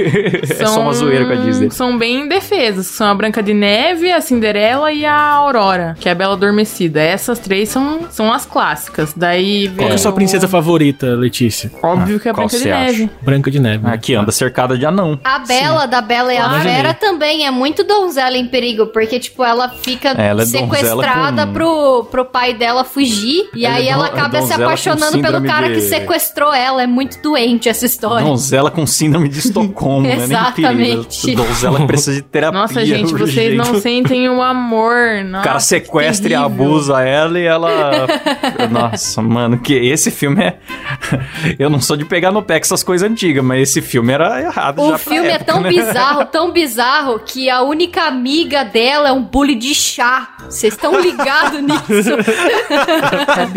Speaker 1: é só uma zoeira com a Disney.
Speaker 3: São bem defesas, que são a Branca de Neve, a Cinderela e a Aurora, que é a Bela Adormecida. Essas três são, são as clássicas. Daí
Speaker 2: Qual que é a sua princesa favorita, Letícia?
Speaker 3: Óbvio que é a
Speaker 1: Ah, Qual
Speaker 3: Branca de
Speaker 1: você acha?
Speaker 3: Neve.
Speaker 2: Branca de Neve. né?
Speaker 1: Aqui anda cercada de anão.
Speaker 4: A Bela, da Bela e a
Speaker 2: Claro.
Speaker 4: Fera, também é muito donzela em perigo, porque, tipo, ela fica
Speaker 1: É, ela é donzela
Speaker 4: sequestrada
Speaker 1: com-
Speaker 4: pro, pro pai dela fugir, e
Speaker 1: Ela é
Speaker 4: aí
Speaker 1: don-
Speaker 4: ela
Speaker 1: é
Speaker 4: acaba se
Speaker 1: donzela com
Speaker 4: apaixonando pelo
Speaker 1: síndrome
Speaker 4: cara
Speaker 1: de-
Speaker 4: que sequestrou ela. É muito doente essa história.
Speaker 1: Donzela com síndrome de Estocolmo, né? Nem perigo.
Speaker 4: Exatamente.
Speaker 1: Donzela precisa de terapia.
Speaker 3: Nossa, gente, vocês
Speaker 1: urgente.
Speaker 3: não sentem o amor. Nossa,
Speaker 1: O cara sequestra e
Speaker 3: terrível.
Speaker 1: abusa ela e ela. Nossa, mano, que esse filme é. Eu não sou de pegar no pé com essas coisas antigas, mas esse filme era errado já
Speaker 4: O
Speaker 1: pra
Speaker 4: filme é
Speaker 1: época,
Speaker 4: tão
Speaker 1: né?
Speaker 4: bizarro, tão bizarro, que a única amiga dela é um bully de chá. Vocês estão ligados nisso?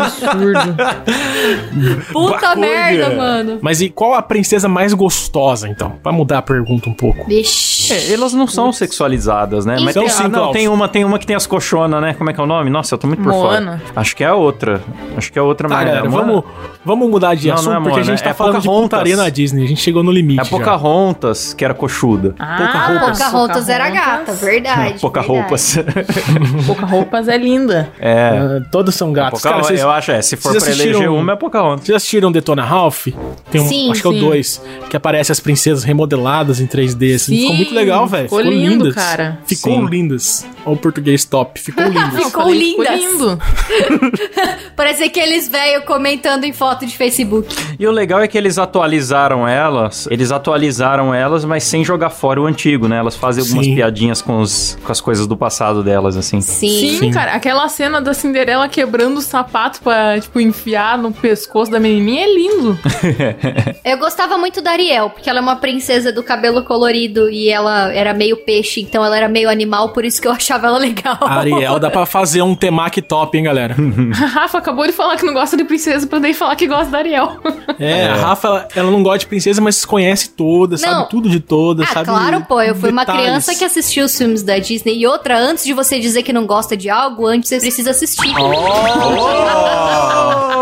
Speaker 3: Absurdo.
Speaker 4: Puta
Speaker 1: Bacurha.
Speaker 4: merda, mano.
Speaker 2: Mas e qual a princesa mais gostosa, então? Pra mudar a pergunta um pouco.
Speaker 4: Vixe.
Speaker 1: É, elas não são sexualizadas, né? Mas
Speaker 4: Então-
Speaker 1: tem, ah,
Speaker 2: São sim,
Speaker 1: não,
Speaker 2: Klaus.
Speaker 1: tem uma, tem uma que tem as coxonas, né? Como é que é o nome? Nossa, eu tô muito por
Speaker 3: Moana.
Speaker 1: fora. Acho que é a outra. Acho que é a outra,
Speaker 2: Tá,
Speaker 1: mas
Speaker 2: galera,
Speaker 1: é uma-
Speaker 2: vamos, vamos mudar de
Speaker 1: Não, não
Speaker 2: assunto,
Speaker 1: é
Speaker 2: porque a
Speaker 1: Moana,
Speaker 2: gente tá
Speaker 1: é
Speaker 2: falando de
Speaker 1: Pocahontas.
Speaker 2: pontaria na Disney. A gente chegou no limite.
Speaker 1: É a
Speaker 2: já.
Speaker 1: Pocahontas, que era coxuda.
Speaker 3: Ah,
Speaker 2: Pocahontas.
Speaker 4: Pocahontas era gata, verdade.
Speaker 1: É Pouca assim.
Speaker 4: verdade.
Speaker 1: roupas.
Speaker 3: Pouca roupas é linda.
Speaker 1: É.
Speaker 2: Ah, todos são gatos.
Speaker 1: Pocahontas,
Speaker 2: Cara, vocês,
Speaker 1: eu acho, é. Se for
Speaker 2: vocês
Speaker 1: pra eleger
Speaker 2: assistiram-
Speaker 1: uma, é Pocahontas.
Speaker 2: vocês já assistiram Detona Ralph? Tem um,
Speaker 4: Sim,
Speaker 2: acho que é o
Speaker 3: sim.
Speaker 2: 2, que aparece as princesas remodeladas em 3D. assim.
Speaker 3: Sim,
Speaker 2: ficou muito legal, velho.
Speaker 3: ficou lindo,
Speaker 2: lindas.
Speaker 3: cara.
Speaker 2: Ficou
Speaker 1: Sim.
Speaker 2: lindas. Olha o português top. Ficou lindas.
Speaker 4: Ficou
Speaker 3: Falei,
Speaker 4: lindas.
Speaker 3: lindo.
Speaker 4: Parece aqueles velho comentando em foto de Facebook.
Speaker 1: E o legal é que eles atualizaram elas, eles atualizaram elas, mas sem jogar fora o antigo, né? Elas fazem algumas
Speaker 2: Sim.
Speaker 1: piadinhas com, os, com as coisas do passado delas, assim.
Speaker 4: Sim.
Speaker 3: Sim,
Speaker 2: Sim.
Speaker 3: cara, aquela cena da Cinderela quebrando o sapato pra, tipo, enfiar no pescoço da menininha é lindo.
Speaker 4: Eu gostava muito da Ariel, porque ela é uma princesa do cabelo colorido e ela era meio peixe, então ela era meio animal, por isso que eu achava ela legal.
Speaker 2: A Ariel, dá pra fazer um temaki top, hein, galera?
Speaker 3: A Rafa acabou de falar que não gosta de princesa pra daí falar que gosta da Ariel.
Speaker 2: É, a Rafa, ela, ela não gosta de princesa, mas conhece todas,
Speaker 4: Não.
Speaker 2: sabe tudo de todas,
Speaker 4: Ah,
Speaker 2: sabe?
Speaker 4: claro, pô. Eu fui uma
Speaker 2: detalhes.
Speaker 4: criança que assistiu os filmes da Disney. E outra, antes de você dizer que não gosta de algo, antes você precisa assistir.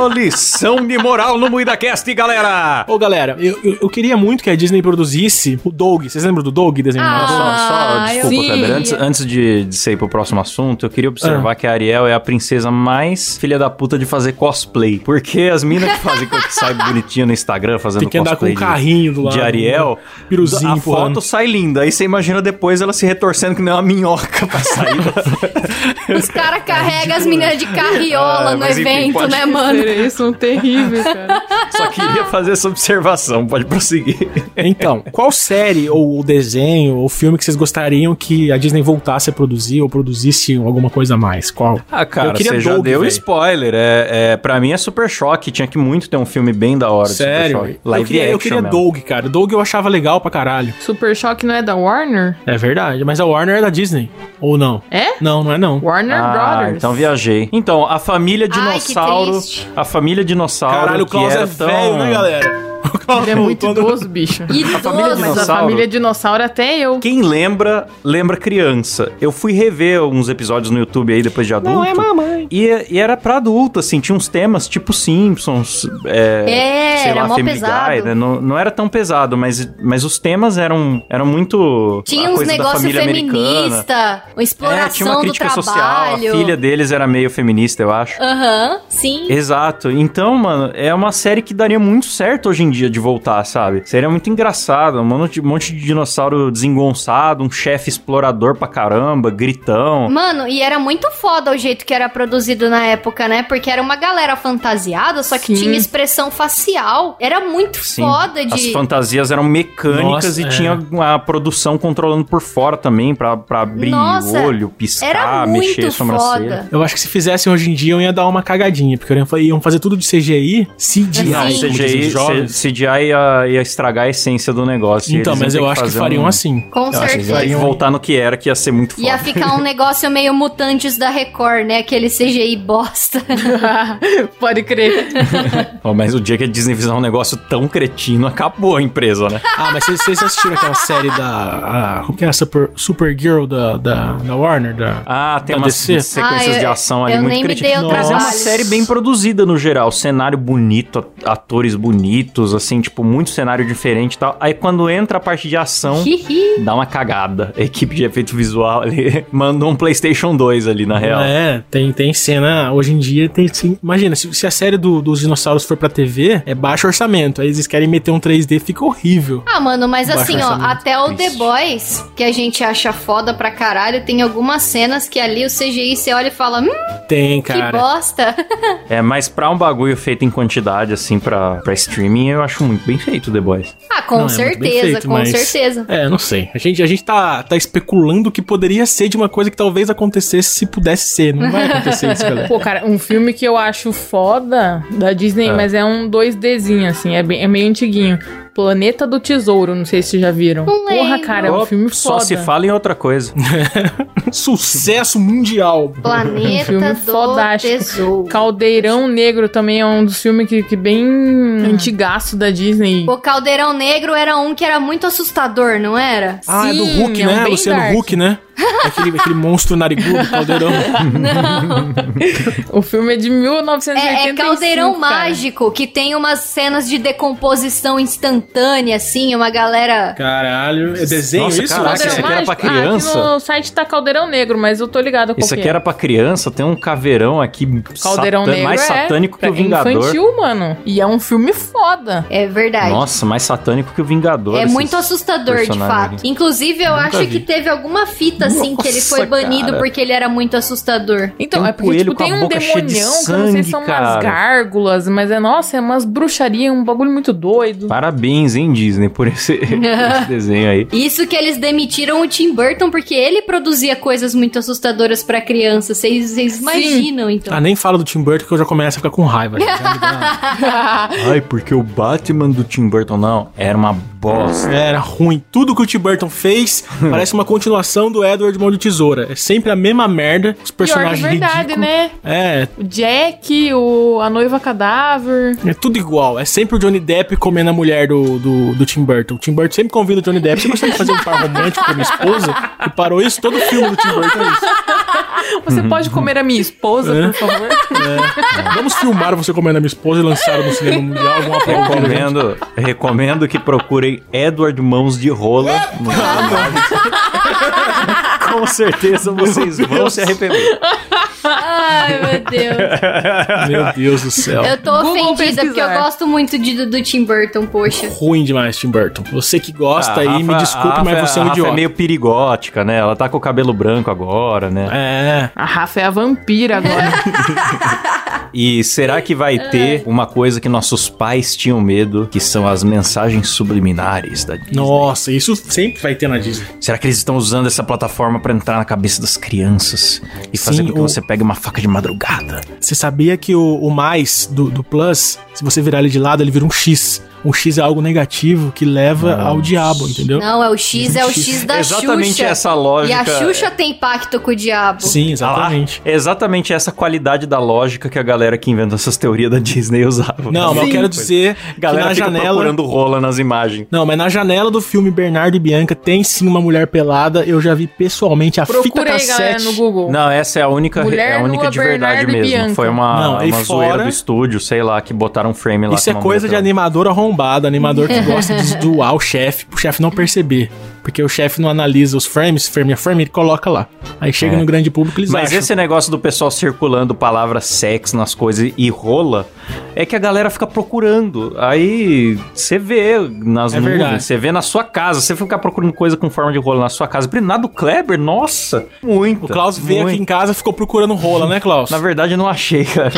Speaker 1: Oh, lição de moral no MuidaCast, galera!
Speaker 2: Ô, galera, eu, eu, eu queria muito que a Disney produzisse o Doug. Vocês lembram do Doug, desenho
Speaker 4: Ah,
Speaker 2: animado?
Speaker 1: Só, só,
Speaker 4: eu
Speaker 1: desculpa,
Speaker 3: queria.
Speaker 1: Kleber, antes, antes de, de você ir pro próximo assunto, eu queria observar que a Ariel é a princesa mais filha da puta de fazer cosplay. Porque as minas que fazem que sai bonitinha no Instagram fazendo
Speaker 2: Tem que andar com
Speaker 1: cosplay
Speaker 2: um
Speaker 1: de-
Speaker 2: carrinho do lado.
Speaker 1: de Ariel,
Speaker 2: um piruzinho
Speaker 1: a
Speaker 2: empurrando.
Speaker 1: foto sai linda. Aí você imagina depois ela se retorcendo que nem uma minhoca pra sair da...
Speaker 4: Os caras carregam as meninas de carriola
Speaker 1: É Ah,
Speaker 4: no
Speaker 1: mas enfim,
Speaker 4: evento,
Speaker 1: pode-
Speaker 4: né, mano?
Speaker 3: Eles são terríveis, Um cara.
Speaker 1: Só queria fazer essa observação, pode prosseguir.
Speaker 2: Então, qual série ou desenho ou filme que vocês gostariam que a Disney voltasse a produzir ou produzisse alguma coisa a mais? Qual?
Speaker 1: Ah, cara,
Speaker 2: Eu queria
Speaker 1: você já
Speaker 2: Doug,
Speaker 1: deu
Speaker 2: velho.
Speaker 1: spoiler. É, é, pra mim é Super Choque, tinha que muito ter um filme bem da hora de Super
Speaker 2: Sério?
Speaker 1: Choque.
Speaker 2: Eu
Speaker 1: Live
Speaker 2: queria, eu
Speaker 1: action
Speaker 2: queria
Speaker 1: mesmo.
Speaker 2: Doug, cara. Doug eu achava legal pra caralho.
Speaker 3: Super Choque não é da Warner?
Speaker 2: É verdade, mas a Warner é da Disney. Ou não?
Speaker 3: É?
Speaker 2: Não, não é não.
Speaker 3: Warner
Speaker 1: Ah,
Speaker 3: Brothers.
Speaker 1: então viajei. Então, a família
Speaker 4: Ai, que
Speaker 1: dinossauro.
Speaker 4: triste.
Speaker 1: a família dinossauro.
Speaker 2: Caralho, o
Speaker 1: que
Speaker 2: Klaus
Speaker 1: era
Speaker 2: é
Speaker 1: tão...
Speaker 2: velho, né, galera? O Klaus
Speaker 3: Ele é muito
Speaker 2: voltando-
Speaker 3: idoso, bicho.
Speaker 1: família
Speaker 4: Idoso.
Speaker 3: Mas a
Speaker 1: Dinossauro.
Speaker 3: família dinossauro até eu.
Speaker 1: Quem lembra, lembra criança. Eu fui rever alguns episódios no YouTube aí depois de adulto.
Speaker 2: Não é mamãe.
Speaker 1: E, e era pra adulto, assim, tinha uns temas tipo Simpsons, é,
Speaker 4: É,
Speaker 1: sei
Speaker 4: era
Speaker 1: lá,
Speaker 4: mó
Speaker 1: Family
Speaker 4: pesado.
Speaker 1: Guy, né? não, não era tão pesado, mas, mas os temas eram, eram muito...
Speaker 4: Tinha
Speaker 1: a
Speaker 4: uns
Speaker 1: coisa da
Speaker 4: negócios
Speaker 1: família americana.
Speaker 4: feminista,
Speaker 1: É,
Speaker 4: uma exploração
Speaker 1: tinha uma
Speaker 4: do
Speaker 1: crítica
Speaker 4: trabalho.
Speaker 1: social, a filha deles era meio feminista, eu acho.
Speaker 4: Aham, sim.
Speaker 1: Exato. Então, mano, é uma série que daria muito certo hoje em dia de voltar, sabe? Seria muito engraçado. Um monte, um monte de dinossauro desengonçado, um chefe explorador pra caramba, gritão.
Speaker 4: Mano, e era muito foda o jeito que era produzido na época, né? Porque era uma galera fantasiada, só que
Speaker 3: Sim.
Speaker 4: tinha expressão facial. Era muito
Speaker 1: Sim.
Speaker 4: foda
Speaker 1: As
Speaker 4: de.
Speaker 1: fantasias eram mecânicas
Speaker 2: Nossa,
Speaker 1: e
Speaker 2: é.
Speaker 1: tinha a produção controlando por fora também, pra, pra abrir
Speaker 4: Nossa,
Speaker 1: o olho, piscar,
Speaker 4: Era
Speaker 1: ah, mexer a
Speaker 4: muito
Speaker 1: sobrancelha.
Speaker 4: foda.
Speaker 2: Eu acho que se fizessem hoje em dia, eu ia dar uma cagadinha, porque eu ia- iam fazer tudo de CGI, CGI,
Speaker 1: Não,
Speaker 4: Sim.
Speaker 2: como dizem os
Speaker 1: CGI,
Speaker 2: jovens.
Speaker 1: C- CGI ia, ia estragar a essência do negócio.
Speaker 2: Então,
Speaker 1: Eles iam
Speaker 2: mas
Speaker 1: ter
Speaker 2: eu acho que
Speaker 1: fazer
Speaker 2: fariam
Speaker 1: um-
Speaker 2: assim.
Speaker 4: Com
Speaker 1: Eu acho que eles
Speaker 4: certeza.
Speaker 1: iam voltar no que era, que ia ser muito foda.
Speaker 4: Ia ficar um negócio meio mutantes da Record, né? Aquele CGI bosta.
Speaker 3: Pode crer.
Speaker 1: Ó, mas o dia que a Disney fizer um negócio tão cretino, acabou a empresa, né?
Speaker 2: Ah, mas vocês, vocês assistiram aquela série da. a- como que é a Super, Supergirl da, da, da Warner? Da,
Speaker 1: Ah, tem
Speaker 2: Da
Speaker 1: umas
Speaker 2: DC?
Speaker 1: sequências
Speaker 4: Ah, eu-
Speaker 1: de ação ali
Speaker 4: eu
Speaker 1: muito
Speaker 4: nem me
Speaker 1: criativas.
Speaker 4: dei o
Speaker 1: Mas é uma
Speaker 4: trabalho.
Speaker 1: série bem produzida no geral. Cenário bonito, at- atores bonitos, loucos, assim, tipo, muito cenário diferente e tal. Aí quando entra a parte de ação,
Speaker 4: Hihi.
Speaker 1: dá uma cagada. A equipe de efeito visual ali mandou um PlayStation 2 ali, na real.
Speaker 2: É, tem, tem cena. Hoje em dia tem sim. Imagina, se, se a série do- dos dinossauros for pra TV, é baixo orçamento. Aí eles querem meter um 3D, fica horrível.
Speaker 4: Ah, mano, mas
Speaker 2: Baixo
Speaker 4: assim, ó,
Speaker 2: orçamento,
Speaker 4: até o The
Speaker 1: triste.
Speaker 4: Boys, que a gente acha foda pra caralho, tem algumas cenas que ali o CGI você olha e fala, hum,
Speaker 2: Tem,
Speaker 4: que
Speaker 2: cara.
Speaker 4: bosta.
Speaker 1: É, mas pra um bagulho feito em quantidade, assim, pra, pra streaming, eu acho muito bem feito The Boys.
Speaker 4: ah, com
Speaker 2: Não, é muito bem
Speaker 4: certeza,
Speaker 2: feito,
Speaker 4: com
Speaker 2: mas-
Speaker 4: certeza.
Speaker 2: É, não sei. A gente, a gente tá, tá especulando o que poderia ser de uma coisa que talvez acontecesse se pudesse ser. Não vai acontecer isso, galera.
Speaker 3: Pô, cara, um filme que eu acho foda da Disney,
Speaker 1: É.
Speaker 3: mas é um 2Dzinho, assim, é, bem- é meio antiguinho. Planeta do Tesouro, não sei se vocês já viram.
Speaker 4: Não
Speaker 3: Porra,
Speaker 4: lembro.
Speaker 3: cara, é um
Speaker 1: Ó,
Speaker 3: filme
Speaker 1: Só
Speaker 3: foda.
Speaker 1: se fala em outra coisa.
Speaker 2: Sucesso mundial.
Speaker 3: Um filme
Speaker 4: Planeta do
Speaker 3: fodástico.
Speaker 4: Tesouro.
Speaker 3: Caldeirão Negro também é um dos filmes que, que bem
Speaker 4: Uhum.
Speaker 3: antigaço da Disney.
Speaker 4: O Caldeirão Negro era um que era muito assustador, não era?
Speaker 2: Ah, é do
Speaker 3: Sim,
Speaker 2: Hulk,
Speaker 3: é um
Speaker 2: né?
Speaker 3: bem
Speaker 2: Luciano
Speaker 3: dark.
Speaker 2: Hulk, né? Aquele, aquele monstro narigudo, caldeirão.
Speaker 3: O filme é de
Speaker 4: É,
Speaker 3: 1985,
Speaker 4: é Caldeirão
Speaker 3: cara.
Speaker 4: Mágico, que tem umas cenas de decomposição instantânea, assim, uma galera.
Speaker 2: Caralho, é desenho
Speaker 1: Nossa,
Speaker 2: isso?
Speaker 1: caraca,
Speaker 3: Caldeirão
Speaker 1: isso aqui era pra
Speaker 3: Mágico?
Speaker 1: criança?
Speaker 3: Ah, aqui no site tá Caldeirão Negro, mas eu tô ligado qual
Speaker 1: Isso
Speaker 3: que
Speaker 1: aqui
Speaker 3: é.
Speaker 1: era pra criança, tem um caveirão aqui
Speaker 3: Caldeirão
Speaker 1: satan-
Speaker 3: Negro
Speaker 1: mais
Speaker 3: é,
Speaker 1: satânico que
Speaker 3: pra-
Speaker 1: o Vingador.
Speaker 3: É infantil, mano. E é um filme foda.
Speaker 4: É verdade.
Speaker 1: Nossa, mais satânico que o Vingador.
Speaker 4: É
Speaker 1: esses
Speaker 4: muito assustador, de
Speaker 1: personagens
Speaker 4: fato.
Speaker 1: aqui.
Speaker 4: Inclusive, eu
Speaker 1: Nunca
Speaker 4: acho que
Speaker 1: vi.
Speaker 4: teve alguma fita, assim, que ele foi
Speaker 1: Nossa,
Speaker 4: banido
Speaker 1: cara.
Speaker 4: porque ele era muito assustador.
Speaker 3: Então,
Speaker 1: Tem um
Speaker 3: é porque,
Speaker 1: coelho
Speaker 3: tipo,
Speaker 1: com a
Speaker 3: tem um
Speaker 1: boca cheia de
Speaker 3: demonião, que eu não sei
Speaker 1: sangue,
Speaker 3: se são
Speaker 1: cara.
Speaker 3: umas gárgulas, mas é, nossa, é umas bruxarias, um bagulho muito doido.
Speaker 1: Parabéns, hein, Disney, por esse, por esse desenho aí.
Speaker 4: Isso que eles demitiram o Tim Burton porque ele produzia coisas muito assustadoras pra criança. Vocês vocês imaginam, então.
Speaker 2: Ah, nem fala do Tim Burton que eu já começo a ficar com raiva. já. Já me dá-
Speaker 1: Ai, porque o Batman do Tim Burton, não, era uma bosta.
Speaker 2: Era ruim. Tudo que o Tim Burton fez parece uma continuação do Edward Mão de Tesoura. É sempre a mesma merda, os
Speaker 3: Pior que é
Speaker 2: personagens
Speaker 3: verdade,
Speaker 2: ridículos.
Speaker 3: né?
Speaker 2: É,
Speaker 3: O Jack, o, a noiva cadáver.
Speaker 2: é tudo igual. É sempre o Johnny Depp comendo a mulher do, do, do Tim Burton. O Tim Burton sempre convida o Johnny Depp. Você gostaria de fazer um par romântico com a minha esposa? E parou isso, todo filme do Tim Burton é isso.
Speaker 3: Você
Speaker 1: Uhum.
Speaker 3: pode comer a minha esposa, por favor?
Speaker 2: É. Vamos filmar você comendo a minha esposa e lançaram no cinema mundial. Vamos aplaudir.
Speaker 1: Recomendo, recomendo que procurem Edward Mãos de Rola no canal. Com certeza vocês vão se arrepender.
Speaker 4: Ai, meu Deus.
Speaker 2: Meu Deus do céu.
Speaker 4: Eu tô
Speaker 3: Google
Speaker 4: ofendida
Speaker 3: pesquisar.
Speaker 4: porque eu gosto muito de- do Tim Burton, poxa.
Speaker 2: Ruim demais, Tim Burton. Você que gosta
Speaker 1: Ah,
Speaker 2: aí,
Speaker 1: a
Speaker 2: me
Speaker 1: Rafa-
Speaker 2: desculpe,
Speaker 1: a Rafa-
Speaker 2: mas você é
Speaker 1: a
Speaker 2: um
Speaker 1: Rafa
Speaker 2: idiota.
Speaker 1: é meio perigótica, né? Ela tá com o cabelo branco agora, né?
Speaker 2: É.
Speaker 3: A Rafa é a vampira
Speaker 1: É.
Speaker 3: agora.
Speaker 1: E será que vai
Speaker 4: É.
Speaker 1: ter uma coisa que nossos pais tinham medo, que são as mensagens subliminares da Disney?
Speaker 2: Nossa, isso sempre vai ter na Disney.
Speaker 1: Será que eles estão usando essa plataforma pra entrar na cabeça das crianças e fazer
Speaker 2: Sim,
Speaker 1: com que
Speaker 2: o-
Speaker 1: você pegue uma faca de madrugada?
Speaker 2: Você sabia que o, o mais do, do Plus, se você virar ele de lado, ele vira um X. Um X é algo negativo que leva ao diabo, entendeu?
Speaker 4: Não, é o X, é o X da
Speaker 1: Exatamente
Speaker 4: Xuxa.
Speaker 1: essa lógica.
Speaker 4: E a Xuxa tem pacto com o diabo.
Speaker 2: Sim,
Speaker 1: Ah lá,
Speaker 2: exatamente.
Speaker 1: é exatamente essa qualidade da lógica que a galera que inventa essas teorias da Disney usava.
Speaker 2: Não, mas eu
Speaker 1: Tá Sim.
Speaker 2: quero dizer
Speaker 1: Galera
Speaker 2: que na
Speaker 1: fica
Speaker 2: janela...
Speaker 1: procurando rola nas imagens.
Speaker 2: Não, mas na janela do filme Bernardo e Bianca tem sim uma mulher pelada. Eu já vi pessoalmente a fita
Speaker 3: Procura aí, galera,
Speaker 2: cassete.
Speaker 3: no Google.
Speaker 1: Não, essa é a única,
Speaker 3: Mulher
Speaker 1: é a única
Speaker 3: nua,
Speaker 1: de verdade
Speaker 3: Bernardo e
Speaker 1: mesmo.
Speaker 3: Bianca.
Speaker 1: Foi uma,
Speaker 2: Não, e
Speaker 1: uma zoeira
Speaker 2: fora-
Speaker 1: do estúdio, sei lá, que botaram um frame lá.
Speaker 2: Isso
Speaker 1: com
Speaker 2: é
Speaker 1: uma
Speaker 2: coisa de
Speaker 1: mulher pelada.
Speaker 2: animador arrombado, animador que gosta de zoar o chefe, pro chefe não perceber. Porque o chefe não analisa os frames, frame a frame, ele coloca lá. Aí chega
Speaker 1: É.
Speaker 2: no grande público, eles
Speaker 1: Mas
Speaker 2: acham.
Speaker 1: esse negócio do pessoal circulando palavra sexo nas coisas e rola, é que a galera fica procurando. Aí você vê nas
Speaker 2: É verdade.
Speaker 1: nuvens, você vê na sua casa, você ficar procurando coisa com forma de rola na sua casa. Brinado Kleber, nossa, muito.
Speaker 2: O Klaus veio aqui em casa e ficou procurando rola, né, Klaus?
Speaker 1: Na verdade, eu não achei, cara.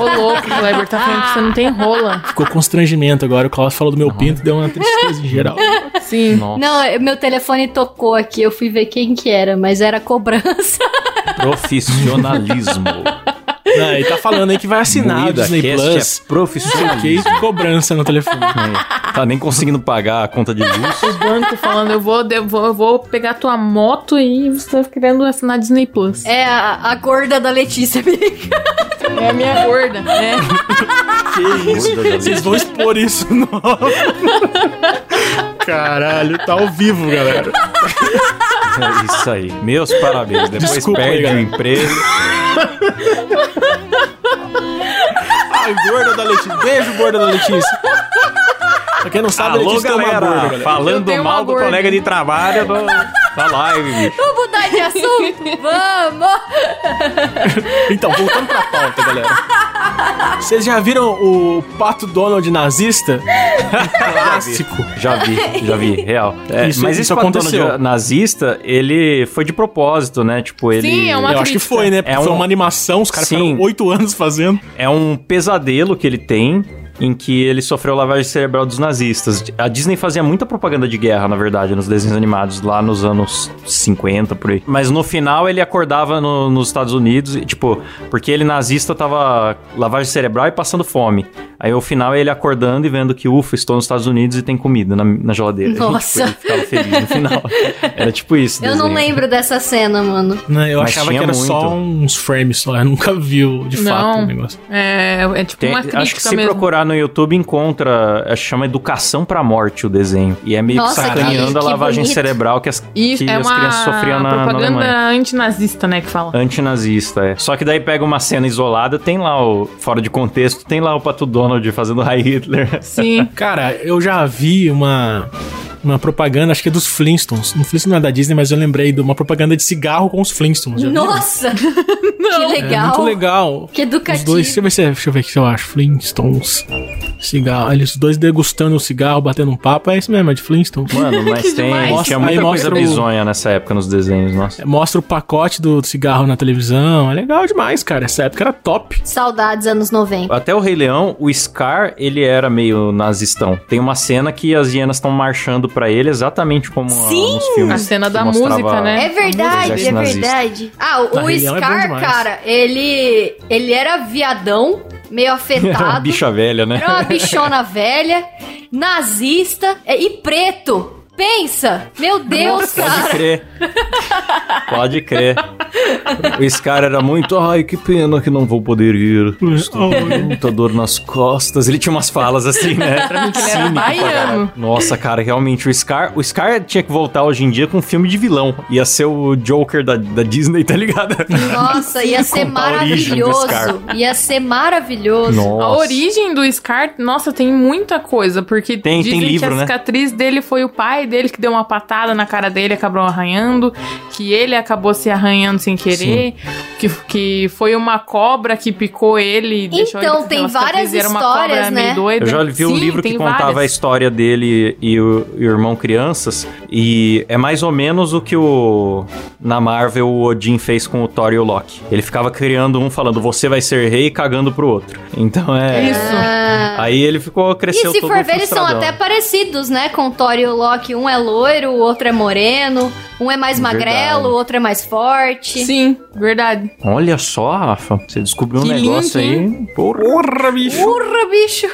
Speaker 3: Ô, louco, o Kleber tá falando que você não tem rola.
Speaker 2: Ficou constrangimento agora. O Klaus falou do meu pinto, deu uma tristeza em geral.
Speaker 3: Sim.
Speaker 1: Nossa,
Speaker 4: Não, eu- meu telefone tocou aqui, eu fui ver quem que era, mas era cobrança.
Speaker 1: profissionalismo.
Speaker 2: Não, ele tá falando aí que vai assinar
Speaker 1: Moída
Speaker 2: o Disney
Speaker 1: Cast
Speaker 2: Plus.
Speaker 1: É
Speaker 2: Que
Speaker 1: profissionalismo.
Speaker 2: cobrança no telefone.
Speaker 1: É, Tá nem conseguindo pagar a conta de luz.
Speaker 3: O banco falando, eu vou, eu vou, eu vou pegar tua moto e você tá querendo assinar Disney Plus.
Speaker 4: É a, a gorda da Letícia.
Speaker 3: É a minha gorda, né?
Speaker 1: Que
Speaker 2: Vocês vão expor isso no. Caralho, tá ao vivo, galera.
Speaker 1: É isso aí. Meus parabéns. Depois
Speaker 2: Desculpa aí,
Speaker 1: perde o
Speaker 2: galera.
Speaker 1: emprego.
Speaker 2: Ai, gorda da Letícia. Beijo, gorda da Letícia. Pra quem não sabe, a
Speaker 1: Alô,
Speaker 2: Letícia tem uma gorda,
Speaker 1: galera,
Speaker 2: galera.
Speaker 3: Eu
Speaker 1: falando
Speaker 3: tenho uma
Speaker 1: mal do
Speaker 3: gorda.
Speaker 1: colega de trabalho do, da live, bicho.
Speaker 2: É
Speaker 4: Vamos mudar de assunto? Vamos!
Speaker 2: Então, voltando pra pauta, galera. Vocês já viram o Pato Donald nazista? Clássico.
Speaker 1: Tá Já vi, já vi, real. É,
Speaker 2: Isso-
Speaker 1: mas esse
Speaker 2: isso
Speaker 1: aconteceu.
Speaker 2: aconteceu.
Speaker 1: nazista, ele foi de propósito, né? Tipo, ele
Speaker 3: Sim, é uma-
Speaker 2: Eu acho que foi, né? Porque
Speaker 1: É
Speaker 2: foi
Speaker 1: um-
Speaker 2: uma animação, os caras
Speaker 1: Sim.
Speaker 2: ficaram oito anos fazendo.
Speaker 1: é um pesadelo que ele tem em que ele sofreu lavagem cerebral dos nazistas. A Disney fazia muita propaganda de guerra, na verdade, nos desenhos animados lá nos anos 50 por aí. Mas no final ele acordava no- nos Estados Unidos e tipo, porque ele nazista tava lavagem cerebral e passando fome. Aí o final ele acordando e vendo que ufa, estou nos Estados Unidos e tem comida na, na geladeira.
Speaker 4: Nossa.
Speaker 1: E, tipo, ele ficava feliz no final. Era tipo isso. o
Speaker 4: Eu não
Speaker 1: desenho.
Speaker 4: lembro dessa cena, mano.
Speaker 2: Né, Eu
Speaker 1: Mas
Speaker 2: achava que
Speaker 1: tinha
Speaker 2: era
Speaker 1: muito.
Speaker 2: só uns frames só. Eu nunca vi o- de fato
Speaker 3: Não.
Speaker 2: o negócio.
Speaker 3: É, é tipo
Speaker 1: Tem-
Speaker 3: uma crítica
Speaker 1: acho que se
Speaker 3: mesmo.
Speaker 1: procurar no YouTube encontra, acho que chama Educação pra Morte o desenho. E é meio
Speaker 4: Nossa,
Speaker 1: que
Speaker 4: que-
Speaker 1: sacaneando a
Speaker 4: que
Speaker 1: lavagem
Speaker 4: bonito.
Speaker 1: cerebral que as,
Speaker 3: Isso
Speaker 1: que
Speaker 3: é
Speaker 1: as
Speaker 3: uma
Speaker 1: crianças sofriam na, na
Speaker 3: propaganda
Speaker 1: Alemanha.
Speaker 3: antinazista, né, que fala.
Speaker 1: Antinazista, é. Só que daí pega uma cena isolada, tem lá o. Fora de contexto, tem lá o Pato Donald fazendo High Hitler.
Speaker 3: Sim.
Speaker 2: Cara, eu já vi uma. Uma propaganda, acho que é dos Flintstones. Não Flintstones não é da Disney, mas eu lembrei de uma propaganda de cigarro com os Flintstones. já viram?
Speaker 4: Nossa! Que
Speaker 2: É muito legal.
Speaker 4: Que
Speaker 2: Os dois, deixa
Speaker 4: educativo.
Speaker 2: eu ver se, é, deixa eu ver o que eu acho. Flintstones. Cigarro. Eles os dois degustando um cigarro, batendo um papo. É isso mesmo, é de Flintstones.
Speaker 1: Mano, mas
Speaker 3: Que
Speaker 1: tem.
Speaker 3: demais.
Speaker 1: Tinha
Speaker 2: Aí
Speaker 1: muita coisa
Speaker 2: mostra o-
Speaker 1: bizonha nessa época nos desenhos, nossa.
Speaker 2: Mostra o pacote do cigarro na televisão. É legal demais, cara. Essa época era top.
Speaker 4: Saudades anos 90.
Speaker 1: Até o Rei Leão, o Scar, ele era meio nazistão. Tem uma cena que as hienas estão marchando pra ele exatamente como a-
Speaker 4: Sim!
Speaker 1: nos filmes.
Speaker 3: A cena
Speaker 1: que
Speaker 3: da
Speaker 1: mostrava-
Speaker 3: música, né?
Speaker 4: É verdade,
Speaker 1: Exército
Speaker 4: é
Speaker 1: nazista.
Speaker 4: verdade. Ah,
Speaker 2: Na
Speaker 4: o
Speaker 2: reunião é bom
Speaker 4: Scar,
Speaker 2: demais.
Speaker 4: cara, ele ele era viadão, meio
Speaker 1: Era uma
Speaker 4: afetado.
Speaker 1: bicha velha, né?
Speaker 4: Era uma bichona velha, nazista é, e preto. Pensa! Meu
Speaker 1: Pode
Speaker 4: Deus, cara!
Speaker 1: crer. Pode crer. Esse cara era muito. Ai, que pena que não vou poder ir. Estou com muita dor nas costas. Ele tinha umas falas assim, né? Pra mim
Speaker 3: que ele era baiano.
Speaker 1: Nossa, cara, realmente o Scar. O Scar tinha que voltar hoje em dia com um filme de vilão. Ia ser o Joker da, da Disney, tá ligado?
Speaker 4: Nossa, ia ser
Speaker 1: Contar a origem do
Speaker 4: maravilhoso.
Speaker 1: Scar.
Speaker 4: Ia ser maravilhoso.
Speaker 1: Nossa.
Speaker 3: A origem do Scar, nossa, tem muita coisa, porque
Speaker 1: Tem- tem
Speaker 3: dizem
Speaker 1: livro,
Speaker 3: que a
Speaker 1: né?
Speaker 3: cicatriz dele foi o pai dele que deu uma patada na cara dele e acabou arranhando, que ele acabou se arranhando sem querer, que, que foi uma cobra que picou ele e deixou
Speaker 4: Então,
Speaker 3: ele com
Speaker 4: tem
Speaker 3: aquela cicatriz,
Speaker 4: várias
Speaker 3: era uma
Speaker 4: histórias,
Speaker 3: cobra meio
Speaker 4: né?
Speaker 3: doida.
Speaker 1: Eu já vi um
Speaker 3: Sim,
Speaker 1: livro que
Speaker 3: tem
Speaker 1: contava a
Speaker 3: várias.
Speaker 1: história dele e o, e o irmão crianças, e é mais ou menos o que o na Marvel o Odin fez com o Thor e o Loki. Ele ficava criando um falando você vai ser rei e cagando pro outro. Então é
Speaker 3: Isso.
Speaker 4: Ah.
Speaker 1: Aí ele ficou cresceu
Speaker 4: E se
Speaker 1: todo
Speaker 4: for ver, eles são
Speaker 1: frustradão.
Speaker 4: até parecidos, né? Com o Thor e o Loki. Um é loiro, o outro é moreno. Um é mais
Speaker 1: Verdade.
Speaker 4: magrelo, o outro é mais forte.
Speaker 3: Sim, verdade.
Speaker 1: Olha só, Rafa, você descobriu um
Speaker 3: Que
Speaker 1: negócio
Speaker 3: link,
Speaker 1: aí. Porra,
Speaker 2: Porra, bicho!
Speaker 4: Porra, bicho!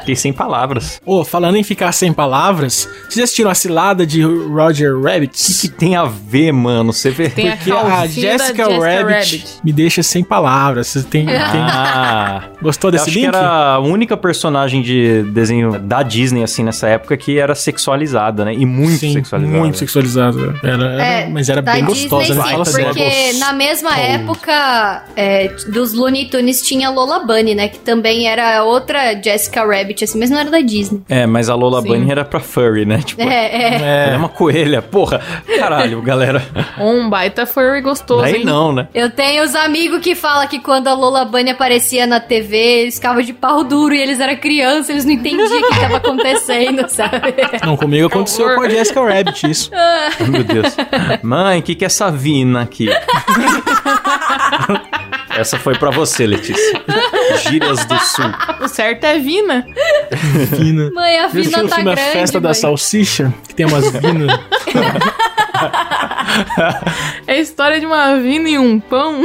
Speaker 1: fiquei sem palavras.
Speaker 2: Ô, falando em ficar sem palavras, vocês já assistiram a cilada de Roger Rabbit?
Speaker 1: O que, que tem a ver, mano? Você vê
Speaker 3: Tem
Speaker 2: Porque
Speaker 3: a
Speaker 2: a
Speaker 3: calcinha da
Speaker 2: Jessica
Speaker 3: Jessica
Speaker 2: Rabbit,
Speaker 3: Rabbit.
Speaker 2: me deixa sem palavras. Você tem, tem-
Speaker 1: Ah,
Speaker 2: Gostou
Speaker 1: Eu
Speaker 2: desse
Speaker 1: acho
Speaker 2: link?
Speaker 1: que era a única personagem de desenho da Disney, assim, nessa época, que era sexualizada, né? E muito né?
Speaker 2: Sim,
Speaker 1: sexualizada.
Speaker 2: Muito sexualizada. Era, era-
Speaker 4: É,
Speaker 2: mas era
Speaker 4: da
Speaker 2: bem
Speaker 4: Disney,
Speaker 2: gostosa, né?
Speaker 4: sim,
Speaker 2: Fala sério.
Speaker 4: porque na mesma época é, dos Looney Tunes tinha a Lola Bunny, né? Que também era outra Jessica Rabbit, assim, mas não era da Disney.
Speaker 1: É, mas a Lola
Speaker 3: Sim.
Speaker 1: Bunny era pra furry, né? Tipo, ela
Speaker 4: É, é.
Speaker 1: é. uma coelha, porra. Caralho, galera.
Speaker 3: Um baita furry gostoso,
Speaker 1: Daí
Speaker 3: hein?
Speaker 1: não, né?
Speaker 4: Eu tenho os amigos que falam que quando a Lola Bunny aparecia na TV, eles ficavam de pau duro e eles eram criança, eles não entendiam o que tava acontecendo, sabe?
Speaker 2: Não, comigo aconteceu
Speaker 3: horror.
Speaker 2: com a Jessica Rabbit isso.
Speaker 1: Ai, Meu Deus. Mãe, o que, que é essa vina aqui? Essa foi pra você, Letícia. Gírias do Sul.
Speaker 3: O certo é Vina.
Speaker 2: Vina.
Speaker 4: Mãe, a
Speaker 2: Viu
Speaker 4: Vina
Speaker 2: o
Speaker 4: tá
Speaker 2: filme A
Speaker 4: grande.
Speaker 2: Festa da
Speaker 4: mãe.
Speaker 2: Salsicha? Que tem umas vinas.
Speaker 3: É a história de uma Vina e um pão.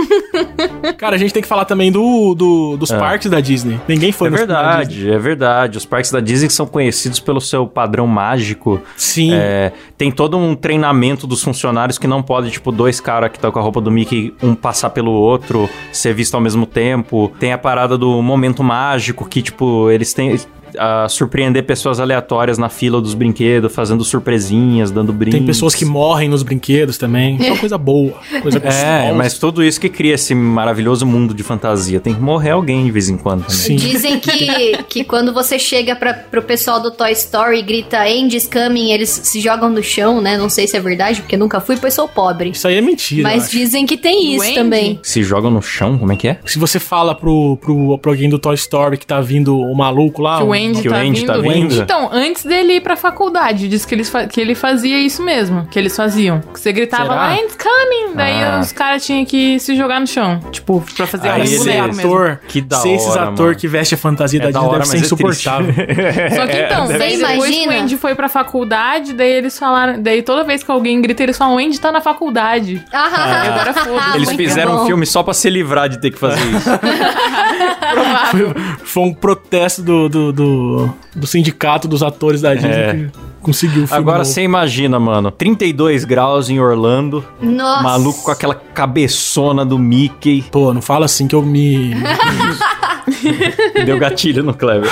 Speaker 2: Cara, a gente tem que falar também do, do- dos parques da Disney. Ninguém foi
Speaker 1: É
Speaker 2: nos parques da
Speaker 1: verdade, é verdade. Os parques da Disney são conhecidos pelo seu padrão mágico
Speaker 2: Disney. Sim.
Speaker 1: É, tem todo um treinamento dos funcionários que não pode, tipo, dois caras que estão com a roupa do Mickey, um passar pelo outro, ser visto ao mesmo tempo. Tem a parada do momento mágico, que, tipo, eles têm. a surpreender pessoas aleatórias na fila dos brinquedos, fazendo surpresinhas, dando brindes.
Speaker 2: Tem pessoas que morrem nos brinquedos também. É uma coisa boa. Coisa
Speaker 1: É,
Speaker 2: gostosa.
Speaker 1: mas tudo isso que cria esse maravilhoso mundo de fantasia. Tem que morrer alguém de vez em quando né? também.
Speaker 2: Sim.
Speaker 4: Dizem que, que quando você chega pra, pro pessoal do Toy Story e grita Andy's coming, eles se jogam no chão, né? Não sei se é verdade, porque nunca fui, pois sou pobre.
Speaker 2: Isso aí é mentira. eu
Speaker 4: Mas
Speaker 2: acho.
Speaker 4: dizem que tem isso
Speaker 3: Andy?
Speaker 4: também.
Speaker 1: Se jogam no chão, como é que é?
Speaker 2: Se você fala pro, pro, pro alguém do Toy Story que tá vindo o maluco lá.
Speaker 3: Que o
Speaker 2: um-
Speaker 3: Andy,
Speaker 1: que o
Speaker 3: tá,
Speaker 1: Andy
Speaker 3: vindo.
Speaker 1: tá vindo.
Speaker 3: Então, antes dele ir pra faculdade, disse que, eles fa- que ele fazia isso mesmo, que eles faziam. Que você gritava
Speaker 2: Será?
Speaker 3: lá, Andy's coming! Daí
Speaker 1: Ah.
Speaker 3: os caras tinham que se jogar no chão. Tipo, pra fazer
Speaker 1: Aí
Speaker 3: um
Speaker 1: esse
Speaker 2: esse
Speaker 3: boneco mesmo.
Speaker 2: ator,
Speaker 1: Que da
Speaker 2: ser esses
Speaker 1: hora,
Speaker 2: ator
Speaker 1: mano. É
Speaker 2: que veste a fantasia É da Disney deve ser insuportável.
Speaker 3: Só que então,
Speaker 4: deve
Speaker 3: daí
Speaker 4: ser.
Speaker 3: depois que
Speaker 4: Imagina.
Speaker 3: o Andy foi pra faculdade, daí eles falaram. Daí toda vez que alguém grita, eles falam, o Andy tá na faculdade.
Speaker 4: Ah,
Speaker 3: Agora foda-se.
Speaker 1: Eles
Speaker 4: muito
Speaker 1: fizeram um
Speaker 4: bom.
Speaker 1: filme só pra se livrar de ter que fazer isso.
Speaker 2: Foi, foi um protesto do, do, do, do sindicato dos atores da Disney
Speaker 1: É.
Speaker 2: que conseguiu o filme
Speaker 1: Agora
Speaker 2: novo.
Speaker 1: você imagina, mano. 32 graus em Orlando,
Speaker 4: Nossa.
Speaker 1: maluco com aquela cabeçona do Mickey.
Speaker 2: Pô, não fala assim que eu me.
Speaker 1: Deu gatilho no Kleber.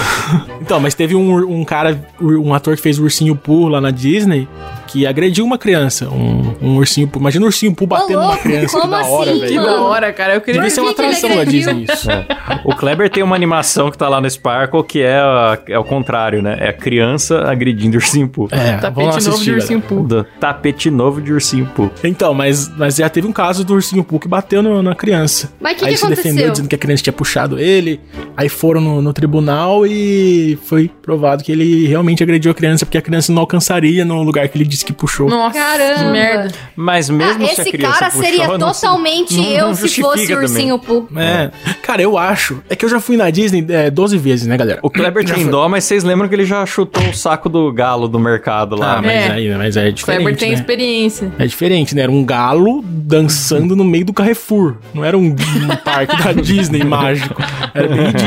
Speaker 2: então, mas teve um, ur- um cara, ur- um ator que fez o Ursinho Pooh lá na Disney, que agrediu uma criança. Um, um ursinho Pooh. Imagina o Ursinho Pooh batendo uma
Speaker 4: louco,
Speaker 2: criança.
Speaker 4: como
Speaker 2: que da hora,
Speaker 4: assim,
Speaker 3: Que
Speaker 2: velho.
Speaker 4: mano?
Speaker 3: da hora, cara. Eu queria
Speaker 2: É Devia ser uma
Speaker 4: Por que que ele
Speaker 2: atração da
Speaker 4: agrediu?
Speaker 2: Disney isso.
Speaker 1: É. O Kleber tem uma animação que tá lá nesse parque que é, a- é o contrário, né? É a criança agredindo o ursinho Pooh.
Speaker 2: É, vamos lá
Speaker 3: tapete novo
Speaker 2: assistir.
Speaker 3: tá de
Speaker 2: velho.
Speaker 3: ursinho Pooh.
Speaker 1: Do tapete novo de ursinho Pooh.
Speaker 2: Então, mas, mas já teve um caso do ursinho Pooh que bateu no- na criança.
Speaker 4: Mas o
Speaker 2: aí
Speaker 4: que que
Speaker 2: ele se defendeu
Speaker 4: aconteceu?
Speaker 2: dizendo que a criança tinha puxado ele. Aí foram no, no tribunal e foi provado que ele realmente agrediu a criança, porque a criança não alcançaria no lugar que ele disse que puxou.
Speaker 3: Nossa,
Speaker 4: Caramba.
Speaker 3: que merda.
Speaker 1: Mas mesmo
Speaker 4: Ah,
Speaker 1: se a
Speaker 4: esse
Speaker 1: criança
Speaker 4: cara
Speaker 1: puxou,
Speaker 4: seria
Speaker 1: não-
Speaker 4: totalmente
Speaker 1: não-
Speaker 4: eu
Speaker 1: não
Speaker 4: se
Speaker 1: justifica
Speaker 4: fosse o
Speaker 1: também.
Speaker 4: ursinho Pooh.
Speaker 2: É. Cara, eu acho. É que eu já fui na Disney é, 12 vezes, né, galera?
Speaker 1: O Kleber tem dó, mas vocês lembram que ele já chutou o saco do galo do mercado lá.
Speaker 2: Ah,
Speaker 1: né?
Speaker 2: mas
Speaker 3: É.
Speaker 2: aí, mas é
Speaker 3: O
Speaker 2: diferente.
Speaker 3: Kleber tem
Speaker 2: né?
Speaker 3: experiência.
Speaker 2: É diferente, né? Era um galo dançando no meio do Carrefour. Não era um, um parque da Disney mágico. Era bem ridículo.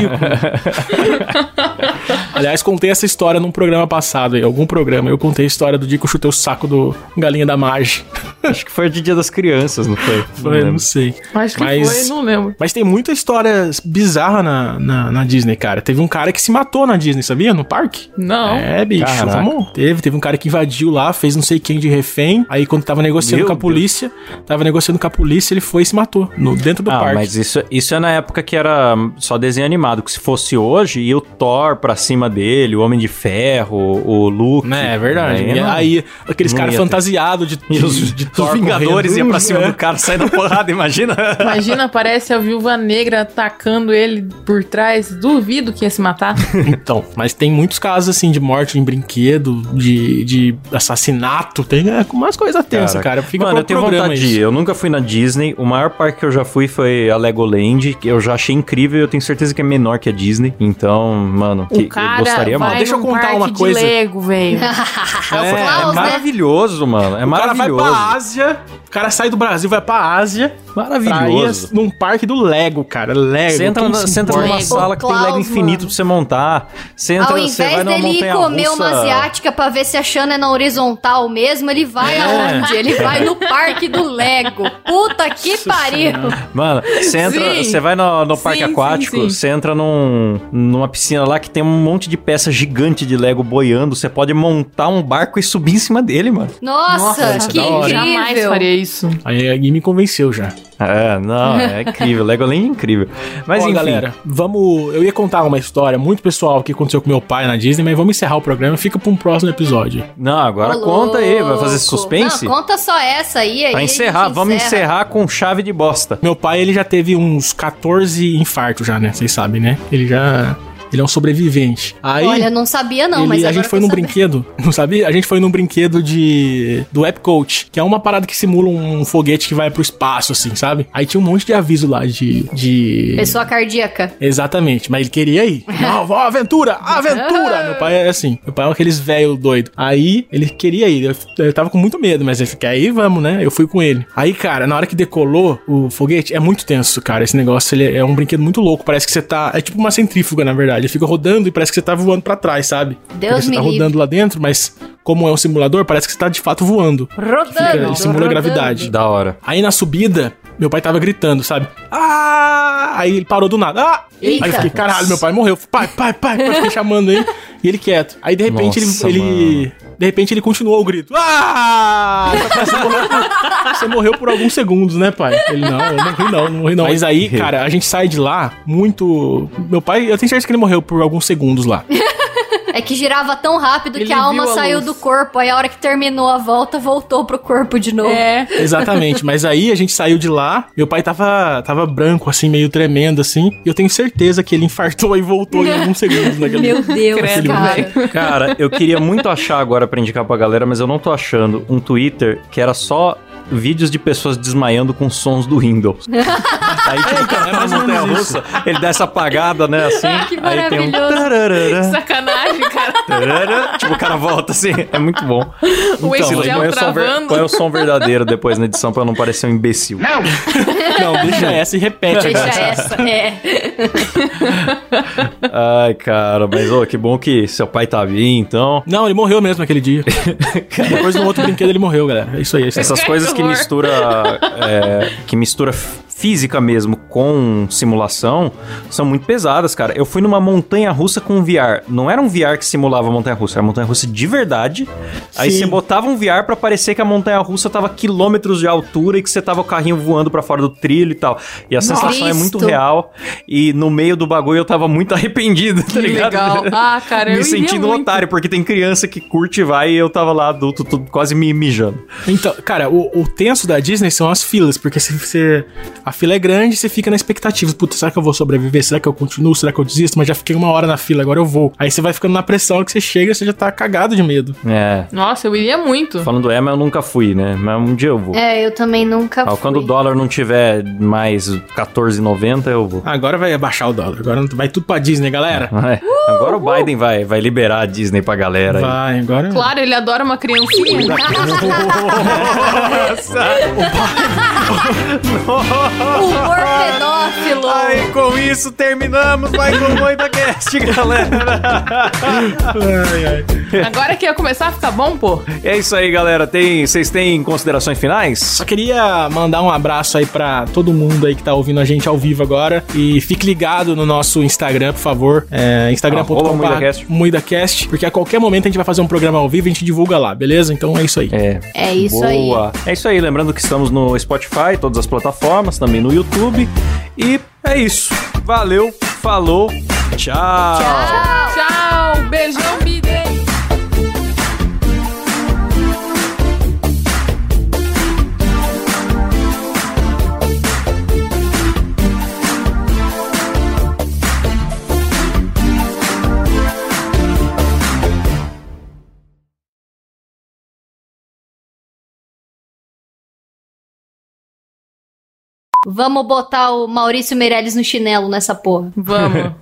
Speaker 2: Aliás, contei essa história num programa passado, em algum programa. Eu contei a história do dia que eu chutei o saco do Galinha da Mage.
Speaker 1: Acho que foi de Dia das Crianças, não foi?
Speaker 2: Foi,
Speaker 1: lembro.
Speaker 2: não sei.
Speaker 3: Acho que
Speaker 2: Mas-
Speaker 3: foi, não lembro.
Speaker 2: Mas tem muita história bizarra na, na, na Disney, cara. Teve um cara que se matou na Disney, sabia? No parque.
Speaker 3: Não.
Speaker 2: É, bicho,
Speaker 1: Caraca.
Speaker 2: vamos. Teve, teve um cara que invadiu lá, fez não sei quem de refém. Aí quando tava negociando
Speaker 1: Meu
Speaker 2: com a
Speaker 1: Deus.
Speaker 2: polícia, tava negociando com a polícia, ele foi e se matou no, dentro do
Speaker 1: ah,
Speaker 2: parque.
Speaker 1: mas isso, isso é na época que era só desenho animado, que se fosse hoje, ia o Thor pra cima dele, o Homem de Ferro, o Luke.
Speaker 2: Né, é verdade.
Speaker 1: Aí
Speaker 2: E
Speaker 1: não.
Speaker 2: aí, aqueles
Speaker 1: né? Não
Speaker 2: caras
Speaker 1: ia ter.
Speaker 2: fantasiados de, de,
Speaker 1: E os,
Speaker 2: de
Speaker 1: os
Speaker 2: Thor
Speaker 1: Vingadores
Speaker 2: correndo.
Speaker 1: iam pra cima
Speaker 2: É.
Speaker 1: do cara saindo na porrada, imagina?
Speaker 3: Imagina, aparece a viúva negra atacando ele por trás. Duvido que ia se matar.
Speaker 2: Então, mas tem muitos casos assim de morte em brinquedo, de, de assassinato, tem é, umas coisas tensas, cara. Fica
Speaker 1: Mano,
Speaker 2: pro
Speaker 1: eu tenho
Speaker 2: programa
Speaker 1: vontade
Speaker 2: isso.
Speaker 1: de ir. Eu nunca fui na Disney. O maior parque que eu já fui foi a Legoland, que eu já achei incrível e eu tenho certeza que é menor que a Disney. Então, mano, que
Speaker 3: O cara
Speaker 1: eu gostaria
Speaker 3: vai
Speaker 1: muito.
Speaker 2: Deixa eu
Speaker 3: num
Speaker 2: contar
Speaker 3: parque
Speaker 2: uma coisa.
Speaker 3: de Lego, velho.
Speaker 2: É,
Speaker 1: É,
Speaker 4: Klaus,
Speaker 1: é
Speaker 4: né?
Speaker 1: maravilhoso, mano. É
Speaker 2: O cara vai
Speaker 1: maravilhoso.
Speaker 2: pra Ásia, o cara sai do Brasil, vai pra Ásia.
Speaker 1: Maravilhoso.
Speaker 2: pra ir num parque do Lego, cara. Lego.
Speaker 1: Você entra,
Speaker 2: quem
Speaker 1: na-
Speaker 2: se
Speaker 1: você entra
Speaker 2: importa?
Speaker 1: numa
Speaker 4: Lego.
Speaker 1: sala que tem
Speaker 4: Klaus,
Speaker 1: Lego infinito
Speaker 4: mano.
Speaker 1: pra você montar. Você entra,
Speaker 4: Ao
Speaker 1: você
Speaker 4: invés
Speaker 1: vai numa
Speaker 4: dele ir
Speaker 1: montanha
Speaker 4: comer uma
Speaker 1: russa.
Speaker 4: asiática pra ver se a Xana é na horizontal mesmo, ele vai
Speaker 1: É.
Speaker 4: aonde? Ele vai no parque do Lego. Puta que pariu.
Speaker 1: Mano, você entra,
Speaker 3: Sim.
Speaker 1: você vai no, no
Speaker 3: Sim,
Speaker 1: parque
Speaker 3: sim,
Speaker 1: aquático,
Speaker 3: sim.
Speaker 1: você entra num, numa piscina lá que tem um monte de peça gigante de Lego boiando. Você pode montar um barco e subir em cima dele, mano.
Speaker 4: Nossa,
Speaker 2: isso é
Speaker 4: que
Speaker 2: da hora.
Speaker 4: incrível.
Speaker 3: Jamais faria isso.
Speaker 2: Aí, aí me convenceu já.
Speaker 1: É, não, é incrível. Legoland é incrível. Mas
Speaker 2: Ó,
Speaker 1: enfim.
Speaker 2: galera, vamos. Eu ia contar uma história muito pessoal que aconteceu com meu pai na Disney, mas vamos encerrar o programa. Fica pra um próximo episódio.
Speaker 1: Não, agora
Speaker 4: Ô,
Speaker 1: conta aí. Vai fazer
Speaker 4: louco.
Speaker 1: suspense?
Speaker 4: Não, conta só essa aí. aí a
Speaker 1: pra
Speaker 4: gente
Speaker 1: encerrar, vamos
Speaker 4: encerra.
Speaker 1: encerrar com chave de bosta.
Speaker 2: Meu pai, ele já teve uns 14 infartos já, né? Vocês sabem, né? Ele já. Ele é um sobrevivente. Aí.
Speaker 4: Olha, não sabia não,
Speaker 2: ele-
Speaker 4: mas
Speaker 2: a
Speaker 4: agora
Speaker 2: gente foi
Speaker 4: eu
Speaker 2: num
Speaker 4: vou saber.
Speaker 2: brinquedo, não sabia? A gente foi num brinquedo de do Epcoach, que é uma parada que simula um foguete que vai pro espaço, assim, sabe? Aí tinha um monte de aviso lá de. de...
Speaker 4: Pessoa cardíaca.
Speaker 2: Exatamente, mas ele queria ir. Não, vó, aventura, aventura! meu pai é assim, meu pai é aqueles velho doido. Aí ele queria ir, eu, eu tava com muito medo, mas ele fica aí, vamos, né? Eu fui com ele. Aí, cara, na hora que decolou o foguete, é muito tenso, cara. Esse negócio ele é um brinquedo muito louco, parece que você tá. É tipo uma centrífuga, na verdade. Ele fica rodando e parece que você tá voando pra trás, sabe?
Speaker 4: Deus
Speaker 2: Porque você
Speaker 4: me
Speaker 2: tá
Speaker 4: livre.
Speaker 2: rodando lá dentro, mas como é um simulador, parece que você tá de fato voando. Fica-
Speaker 4: Rodando.
Speaker 2: ele simula a
Speaker 4: rodando.
Speaker 2: gravidade.
Speaker 1: Da hora.
Speaker 2: Aí na subida, meu pai tava gritando, sabe? Ah! Aí ele parou do nada. Ah!
Speaker 4: Eita.
Speaker 2: Aí eu fiquei, caralho, meu pai morreu. Pai, pai, pai, pai, fiquei chamando ele. E ele quieto. Aí de repente
Speaker 1: Nossa,
Speaker 2: ele, ele- De repente ele continuou o grito. Ah! Você morreu, por, você morreu por alguns segundos, né, pai? Ele, não, eu não morri não, não morri não. Mas aí, cara, a gente sai de lá muito. Meu pai, eu tenho certeza que ele morreu por alguns segundos lá.
Speaker 4: É que girava tão rápido
Speaker 3: Ele
Speaker 4: que a alma
Speaker 3: viu a
Speaker 4: saiu
Speaker 3: luz.
Speaker 4: do corpo. Aí a hora que terminou a volta, voltou pro corpo de novo.
Speaker 3: É.
Speaker 2: Exatamente, mas aí a gente saiu de lá, meu pai tava, tava branco, assim, meio tremendo, assim, e eu tenho certeza que ele infartou e voltou em alguns segundos naquele
Speaker 4: Meu Deus,
Speaker 3: Credo,
Speaker 4: cara.
Speaker 3: velho.
Speaker 1: Cara, eu queria muito achar agora pra indicar pra galera, mas eu não tô achando um Twitter que era só vídeos de pessoas desmaiando com sons do Windows. Aí tipo,
Speaker 2: cara, é mais ou
Speaker 1: montanha
Speaker 2: menos
Speaker 1: russa, ele dá essa apagada, né, assim.
Speaker 4: Que
Speaker 1: aí tem um
Speaker 4: maravilhoso.
Speaker 3: é
Speaker 1: tararara,
Speaker 3: Sacanagem, cara.
Speaker 1: tararara, tipo, o cara volta assim, é muito bom.
Speaker 3: O
Speaker 1: Silas, põe, o
Speaker 3: Excel
Speaker 1: som ver-
Speaker 3: travando.
Speaker 1: põe o som verdadeiro depois na edição pra eu não parecer um imbecil.
Speaker 2: Não, deixa essa e repete agora.
Speaker 4: Deixa essa. É.
Speaker 1: Ai, cara, mas ô, que bom que seu pai tá aí, então.
Speaker 2: Não, ele morreu mesmo aquele dia. Depois no outro brinquedo ele morreu, galera. É isso aí, é isso aí.
Speaker 1: Essas
Speaker 3: Que
Speaker 1: coisas que
Speaker 3: horror.
Speaker 1: mistura, é, que mistura f- física mesmo com simulação são muito pesadas, cara. Eu fui numa montanha russa com VR. Não era um VR que simulava montanha russa, era montanha russa de verdade. Aí
Speaker 2: Sim.
Speaker 1: você botava um VR pra parecer que a montanha russa tava a quilômetros de altura e que você tava o carrinho voando pra fora do trilho e tal. E a sensação é muito
Speaker 4: Cristo.
Speaker 1: real. E no meio do bagulho eu tava muito arrependido, tá
Speaker 3: Que
Speaker 1: ligado?
Speaker 3: legal. Ah, cara, eu
Speaker 1: me
Speaker 3: iria
Speaker 1: sentindo um
Speaker 3: muito.
Speaker 1: otário, porque tem criança que curte e vai e eu tava lá adulto, tudo, quase me mijando.
Speaker 2: Então, cara, o, o tenso da Disney são as filas, porque se você. A fila é grande, você fica na expectativa. Puta, será que eu vou sobreviver? Será que eu continuo? Será que eu desisto? Mas já fiquei uma hora na fila, agora eu vou. Aí você vai ficando na pressão que você chega, você já tá cagado de medo.
Speaker 1: É.
Speaker 3: Nossa, eu iria muito.
Speaker 1: Falando é, mas eu nunca fui, né? Mas um dia eu vou.
Speaker 4: É, eu também nunca
Speaker 1: Ah,
Speaker 4: fui.
Speaker 1: quando o dólar não tiver mais 14,90, eu vou.
Speaker 2: Agora vai abaixar o dólar. Agora vai tudo pra Disney, galera.
Speaker 4: Ah.
Speaker 1: É. Agora o Biden vai, vai liberar a Disney pra galera. aí.
Speaker 2: Vai, agora.
Speaker 3: Claro, ele adora uma criancinha.
Speaker 4: Humor pedófilo.
Speaker 1: Ai, com isso terminamos mais um MoidaCast, galera.
Speaker 2: Ai, ai.
Speaker 3: Agora que ia começar a ficar bom, pô.
Speaker 1: É isso aí, galera. Tem, vocês têm considerações finais?
Speaker 2: Só queria mandar um abraço aí pra todo mundo aí que tá ouvindo a gente ao vivo agora. E fique ligado no nosso Instagram, por favor. É,
Speaker 1: Arroba
Speaker 2: instagram.com.br
Speaker 1: MuidaCast.
Speaker 2: MuidaCast, porque a qualquer momento a gente vai fazer um programa ao vivo e a gente divulga lá, beleza? Então é isso aí.
Speaker 1: É.
Speaker 4: É isso aí.
Speaker 1: Boa. É isso aí. Lembrando que estamos no Spotify, todas as plataformas, também no YouTube. E é isso. Valeu, falou, Tchau.
Speaker 3: Tchau, beijão, bidê.
Speaker 4: Vamos botar o Maurício Meirelles no chinelo nessa porra.
Speaker 3: Vamos.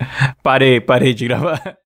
Speaker 1: Parei, parei de gravar.